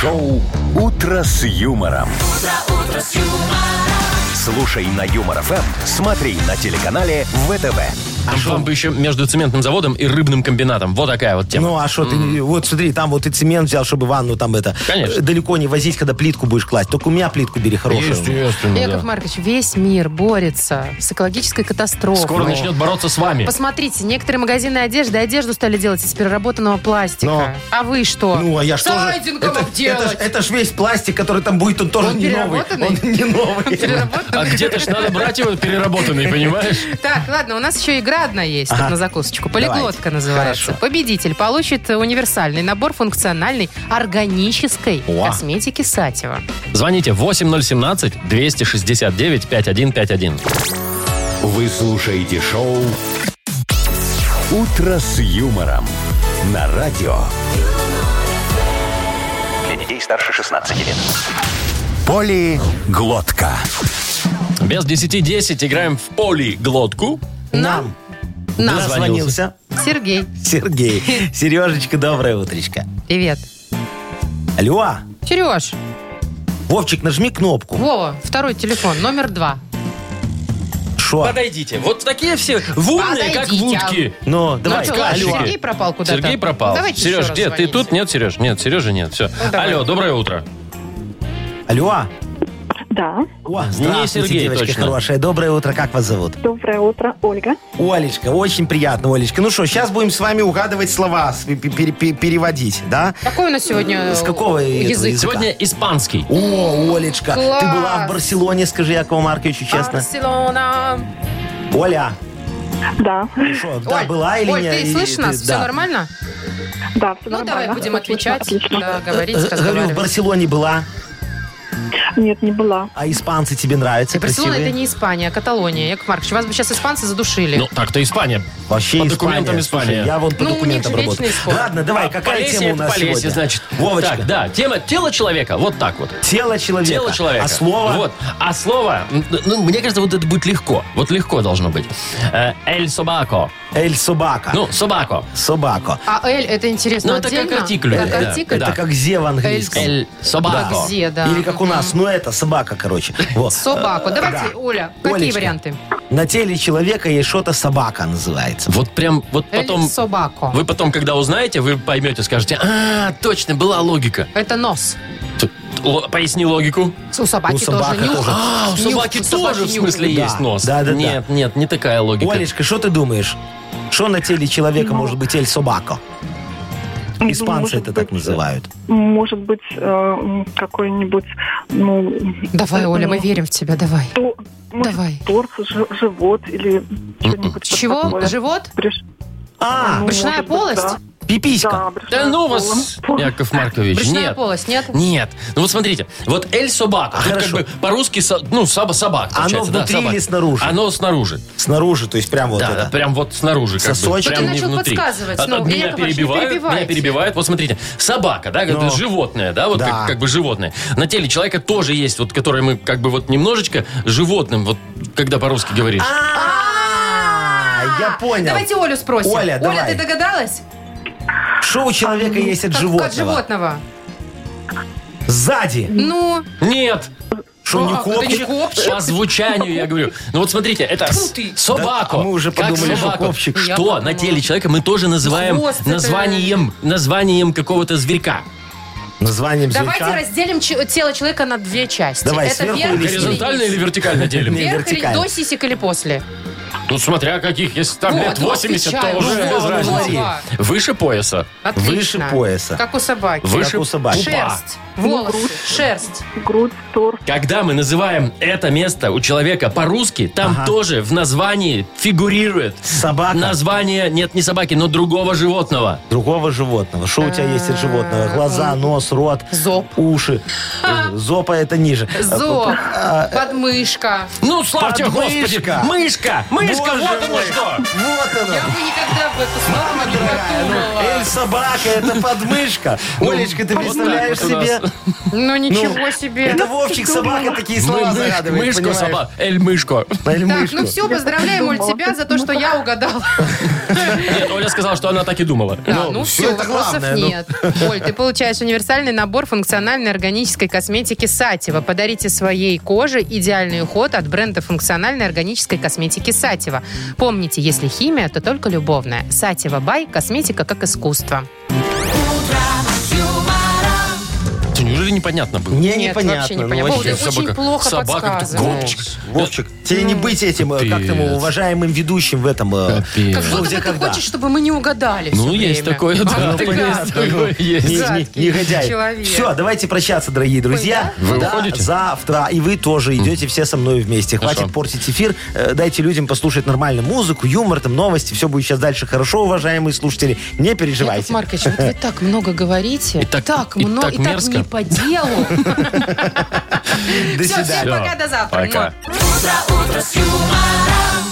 Speaker 2: Шоу «Утро с юмором». Слушай на Юмор ФМ, смотри на телеканале ВТВ.
Speaker 3: Там вам бы еще между цементным заводом и рыбным комбинатом. Вот такая вот тема.
Speaker 5: Ну, а что ты... Вот смотри, там вот и цемент взял, чтобы ванну там это...
Speaker 3: Конечно.
Speaker 5: э, Далеко не возить, когда плитку будешь класть. Только у меня плитку бери хорошую.
Speaker 3: Естественно, да.
Speaker 4: Яков Маркович, весь мир борется с экологической катастрофой.
Speaker 3: Скоро начнет бороться с вами.
Speaker 4: Посмотрите, некоторые магазины одежды одежду стали делать из переработанного пластика.
Speaker 5: Но.
Speaker 4: А вы что?
Speaker 5: Ну, а я что же...
Speaker 4: Сайдингом
Speaker 5: это, ж-
Speaker 4: обделать.
Speaker 5: это ж весь пластик, который там будет, он тоже
Speaker 4: Он
Speaker 5: не новый.
Speaker 4: переработанный?
Speaker 5: Он не новый.
Speaker 3: А где-то ж надо брать его переработанный, понимаешь?
Speaker 4: Так, ладно, у нас еще игра одна есть тут на закусочку. Полиглотка
Speaker 5: Давайте.
Speaker 4: называется.
Speaker 5: Хорошо.
Speaker 4: Победитель получит универсальный набор функциональной органической
Speaker 5: О.
Speaker 4: косметики Сатева.
Speaker 3: Звоните 8017-269-5151.
Speaker 2: Вы слушаете шоу «Утро с юмором» на радио.
Speaker 6: Для детей старше 16 лет.
Speaker 2: Полиглотка.
Speaker 3: Без 10-10 играем в полиглотку.
Speaker 5: Нам
Speaker 4: Нам.
Speaker 5: дозвонился
Speaker 4: Сергей, [LAUGHS]
Speaker 5: Сергей. Сережечка, доброе утречко.
Speaker 4: привет.
Speaker 5: Алло,
Speaker 4: Сереж,
Speaker 5: Вовчик, нажми кнопку.
Speaker 4: Вова, второй телефон, номер два.
Speaker 5: Шо?
Speaker 3: Подойдите. Вот такие все в умные, как в
Speaker 4: Подойдите, а.
Speaker 3: утки.
Speaker 5: Ну, давай.
Speaker 4: Ну, чё,
Speaker 5: Алло.
Speaker 4: Сергей пропал куда-то.
Speaker 3: Сергей пропал.
Speaker 4: Давайте еще
Speaker 3: Сереж,
Speaker 4: раз
Speaker 3: где? Ты
Speaker 4: звоните. Ну,
Speaker 3: тут? Нет, Сереж? Нет, Сережа нет. Все.
Speaker 4: давай.
Speaker 3: Алло, доброе утро.
Speaker 5: Алло.
Speaker 8: Да,
Speaker 5: О, здравствуйте,
Speaker 3: Сергей,
Speaker 5: девочки
Speaker 3: точно.
Speaker 5: хорошие. Доброе утро. Как вас зовут?
Speaker 8: доброе утро, Ольга.
Speaker 5: Олечка, очень приятно, Олечка. Ну что, сейчас будем с вами угадывать слова, с- пе- пе- пе- переводить, да?
Speaker 4: Какой у нас сегодня э,
Speaker 5: С какого этого
Speaker 4: язык?
Speaker 5: языка?
Speaker 3: Сегодня испанский.
Speaker 5: О, Олечка,
Speaker 4: Класс. А.
Speaker 5: ты была в Барселоне, скажи Якову Марковичу честно.
Speaker 4: Барселона.
Speaker 5: Оля,
Speaker 8: Да,
Speaker 5: ну шо, да,
Speaker 4: Оль,
Speaker 5: была или
Speaker 4: Оль,
Speaker 5: нет?
Speaker 4: ты
Speaker 5: И-
Speaker 4: слышишь
Speaker 5: и-
Speaker 4: нас?
Speaker 5: да.
Speaker 4: Все нормально?
Speaker 8: да, все
Speaker 4: Ну, давай будем отвечать,
Speaker 8: Отлично.
Speaker 4: да, говорить,
Speaker 5: Э, Говорю, в
Speaker 4: разговаривать.
Speaker 5: Барселоне была.
Speaker 8: Нет, не была.
Speaker 5: А испанцы тебе нравятся?
Speaker 4: Барселона
Speaker 5: красивые?
Speaker 4: это не Испания, а Каталония. Яков Маркович, вас бы сейчас испанцы
Speaker 5: Э,
Speaker 4: задушили.
Speaker 3: Ну, так-то Испания.
Speaker 5: Вообще
Speaker 3: По
Speaker 5: Испания.
Speaker 3: документам Испания. А
Speaker 5: Слушай, я вон по
Speaker 4: Ну, у них
Speaker 5: документам
Speaker 4: же вечный
Speaker 5: работаю.
Speaker 4: спор.
Speaker 5: Ладно, давай, какая
Speaker 3: Полесье
Speaker 5: тема у
Speaker 3: это
Speaker 5: нас
Speaker 3: Полесье,
Speaker 5: сегодня?
Speaker 3: значит.
Speaker 5: Вовочка,
Speaker 3: Так, да, тема тело человека, вот так вот.
Speaker 5: тело человека.
Speaker 3: Тело человека.
Speaker 5: А слово?
Speaker 3: Вот. А слово, м, ну, мне кажется, вот это будет легко. Вот легко должно быть. Э, Эль собако.
Speaker 5: Эль собака.
Speaker 3: Ну, собако.
Speaker 5: собако.
Speaker 4: А Эль, это интересно
Speaker 3: Ну, это как
Speaker 4: отдельно?
Speaker 3: артикль,
Speaker 4: Как
Speaker 3: да.
Speaker 4: артикль?
Speaker 5: Это как зе в английском.
Speaker 3: Эль собако.
Speaker 4: Как зе, да.
Speaker 5: Или как у нас, ну это собака,
Speaker 4: [LAUGHS]
Speaker 5: короче. Вот.
Speaker 4: Собаку. Давайте,
Speaker 5: Да.
Speaker 4: Оля, какие
Speaker 5: Олечка.
Speaker 4: варианты?
Speaker 5: На теле человека есть что-то собака называется.
Speaker 3: Вот прям, вот потом...
Speaker 4: Эль собаку.
Speaker 3: Вы потом, когда узнаете, вы поймете, скажете, а, точно, была логика.
Speaker 4: Это нос.
Speaker 3: Т- ло- Поясни логику.
Speaker 4: У собаки
Speaker 5: У собака
Speaker 4: тоже нюх.
Speaker 5: тоже.
Speaker 3: А, у
Speaker 4: Нюх,
Speaker 3: собаки
Speaker 4: у собаки
Speaker 3: тоже, в
Speaker 4: нюх.
Speaker 3: смысле,
Speaker 5: Да,
Speaker 3: есть нос.
Speaker 5: да, да, да.
Speaker 3: Нет, нет, не такая логика.
Speaker 5: Олечка, что ты думаешь? Что на теле человека может быть эль собако?
Speaker 8: Ну,
Speaker 5: Испанцы
Speaker 8: может
Speaker 5: это так
Speaker 8: быть,
Speaker 5: называют.
Speaker 8: Может быть, э, какой-нибудь, ну...
Speaker 4: Давай, Оля, мы
Speaker 8: ну,
Speaker 4: верим в тебя, давай.
Speaker 8: то- может,
Speaker 4: Давай.
Speaker 8: Торс, ж- живот или что-нибудь
Speaker 4: Чего?
Speaker 8: такое.
Speaker 4: Живот?
Speaker 8: Брюш-
Speaker 5: А,
Speaker 8: ну,
Speaker 4: брюшная
Speaker 8: может быть,
Speaker 4: полость?
Speaker 8: да. Да,
Speaker 5: пиписька.
Speaker 8: брюшная
Speaker 3: Да ну вас,
Speaker 8: полость.
Speaker 3: Яков Маркович,
Speaker 4: Брюшная
Speaker 3: нет.
Speaker 4: полость, нет?
Speaker 3: Нет. Ну вот смотрите, вот Эль собака. Тут
Speaker 5: хорошо.
Speaker 3: как бы по-русски, со- ну, саба собак.
Speaker 5: Оно
Speaker 3: получается, да,
Speaker 5: внутри
Speaker 3: собак.
Speaker 5: или снаружи?
Speaker 3: Оно снаружи.
Speaker 5: Снаружи, то есть прям вот
Speaker 3: да, да,
Speaker 5: это.
Speaker 3: прям вот снаружи. Как бы,
Speaker 5: Сосочек?
Speaker 3: прям
Speaker 4: Ну, ты
Speaker 3: не
Speaker 4: начал
Speaker 3: внутри.
Speaker 4: подсказывать,
Speaker 3: А,
Speaker 4: ну,
Speaker 3: а,
Speaker 4: Яков
Speaker 3: меня
Speaker 4: Маркович, не
Speaker 3: перебивают, меня
Speaker 4: перебивайте.
Speaker 3: перебивают. Вот смотрите, собака, да, как
Speaker 5: Но.
Speaker 3: животное, да, вот
Speaker 5: Ну. Да.
Speaker 3: Как, как бы животное. На теле человека тоже есть, вот, которое мы как бы вот немножечко животным, вот, когда по-русски говоришь.
Speaker 5: А, я понял.
Speaker 4: Давайте Олю спросим.
Speaker 5: Оля,
Speaker 4: Оля,
Speaker 5: давай.
Speaker 4: ты догадалась?
Speaker 5: Что у человека есть от
Speaker 4: Как- Как
Speaker 5: животного?
Speaker 4: животного.
Speaker 5: Сзади.
Speaker 4: Ну,
Speaker 3: Нет,
Speaker 5: Что, не
Speaker 4: а, это не
Speaker 5: копчик?
Speaker 4: копчик.
Speaker 3: по звучанию я говорю. Ну вот смотрите, это с- собаку.
Speaker 5: Да, а мы уже
Speaker 3: Как
Speaker 5: подумали, что
Speaker 3: собаку.
Speaker 5: копчик.
Speaker 4: Я
Speaker 3: Что
Speaker 4: подумала.
Speaker 3: на теле человека мы тоже называем
Speaker 4: Хвост это-
Speaker 3: названием, названием какого-то зверька.
Speaker 5: Названием
Speaker 4: давайте
Speaker 5: зверька?
Speaker 4: разделим че- тело человека на две части.
Speaker 5: Давай,
Speaker 4: Это
Speaker 5: сверху
Speaker 4: вверх
Speaker 5: или снизу?
Speaker 3: Горизонтально или вертикально делим?
Speaker 5: Нет.
Speaker 4: Вверх или
Speaker 5: Вертикально.
Speaker 4: до сисек или после?
Speaker 3: Ну смотря каких, если там
Speaker 4: Вот,
Speaker 3: лет 80,
Speaker 4: отвечаю.
Speaker 3: то уже
Speaker 4: Ну,
Speaker 3: без
Speaker 4: вот,
Speaker 3: разницы.
Speaker 4: Вова.
Speaker 3: Выше пояса.
Speaker 4: Отлично.
Speaker 5: Выше пояса. Ну,
Speaker 4: Как у собаки.
Speaker 3: Выше
Speaker 5: у собаки.
Speaker 3: пупа.
Speaker 4: Шерсть, волосы, шерсть.
Speaker 8: Грудь, торс.
Speaker 3: Когда мы называем это место у человека по-русски, там
Speaker 5: Ага.
Speaker 3: тоже в названии фигурирует
Speaker 5: Собака.
Speaker 3: название, нет, не собаки, но другого животного.
Speaker 5: Другого животного. Что у тебя есть от животного? Глаза, нос, рот,
Speaker 4: А. Зоб.
Speaker 5: уши. Э, Зопа это ниже. Э,
Speaker 4: Зоб,
Speaker 5: а,
Speaker 4: подмышка.
Speaker 3: Ну, славьте, господи!
Speaker 5: Подмышка.
Speaker 3: Мышка! Мышка,
Speaker 5: Боже
Speaker 3: вот оно
Speaker 5: мой.
Speaker 3: что!
Speaker 5: Вот
Speaker 4: Я
Speaker 5: оно.
Speaker 4: бы никогда в эту сторону не
Speaker 5: э, ну, Эль
Speaker 4: подумала.
Speaker 5: собака, это подмышка. Олечка, ты
Speaker 3: вот
Speaker 5: представляешь
Speaker 3: так вот Ну, у
Speaker 5: себе?
Speaker 4: Ну ничего
Speaker 5: Ну,
Speaker 4: себе.
Speaker 5: Это Вовчик собака такие
Speaker 3: Мы-
Speaker 5: слова
Speaker 3: мыш-
Speaker 5: загадывает,
Speaker 3: мышку
Speaker 5: понимаешь?
Speaker 3: собаку. Эль мышку.
Speaker 5: Эль
Speaker 4: Так,
Speaker 5: мышку.
Speaker 4: ну все, поздравляем, Оль, тебя за то,
Speaker 5: ну,
Speaker 4: что я угадала.
Speaker 3: Нет, Оля сказала, что она так и думала.
Speaker 4: Да, ну все,
Speaker 5: это
Speaker 4: вопросов
Speaker 5: главное, ну.
Speaker 4: нет. Оль, ты получаешь универсальный набор функциональной органической косметики Сатева. Подарите своей коже идеальный уход от бренда функциональной органической косметики Сатева. Помните, если химия, то только любовная. Сатева Бай – косметика как искусство.
Speaker 3: Ну, Неужели непонятно было?
Speaker 5: Мне
Speaker 4: Нет,
Speaker 5: непонятно.
Speaker 4: вообще
Speaker 5: ну,
Speaker 4: непонятно.
Speaker 5: вообще.
Speaker 4: Вов, ты очень плохо
Speaker 3: собака,
Speaker 4: подсказываешь.
Speaker 3: копчик.
Speaker 5: Вовчик, тебе не быть этим, э, как
Speaker 3: Капец.
Speaker 5: тому уважаемым ведущим в этом... э,
Speaker 3: Капец.
Speaker 4: Как
Speaker 5: Что,
Speaker 4: будто
Speaker 5: где,
Speaker 4: бы ты
Speaker 5: когда?
Speaker 4: хочешь, чтобы мы не угадали
Speaker 3: Ну,
Speaker 4: всё
Speaker 3: есть
Speaker 4: время.
Speaker 3: такое, да.
Speaker 4: Ах ты
Speaker 3: Ну, есть
Speaker 4: гад.
Speaker 3: такое, есть.
Speaker 5: Не- не-
Speaker 4: Гадкий
Speaker 5: негодяй.
Speaker 4: человек.
Speaker 5: Все, давайте прощаться, дорогие друзья.
Speaker 3: да? Вы
Speaker 5: Да,
Speaker 3: уходите?
Speaker 5: Завтра. И вы тоже идете все со мной вместе.
Speaker 3: Хорошо.
Speaker 5: Хватит портить эфир. Э, Дайте людям послушать нормальную музыку, юмор, там новости. Все будет сейчас дальше хорошо, уважаемые слушатели. Не
Speaker 4: Яков
Speaker 5: переживайте.
Speaker 4: Маркович, вот вы так много говорите,
Speaker 3: И так- и
Speaker 4: много,
Speaker 3: так
Speaker 4: и так
Speaker 3: мерзко.
Speaker 4: не по делу.
Speaker 5: До
Speaker 4: Все,
Speaker 5: свидания.
Speaker 4: всем пока, до завтра.
Speaker 3: Пока.
Speaker 4: Ну.
Speaker 1: Утро, утро с юмором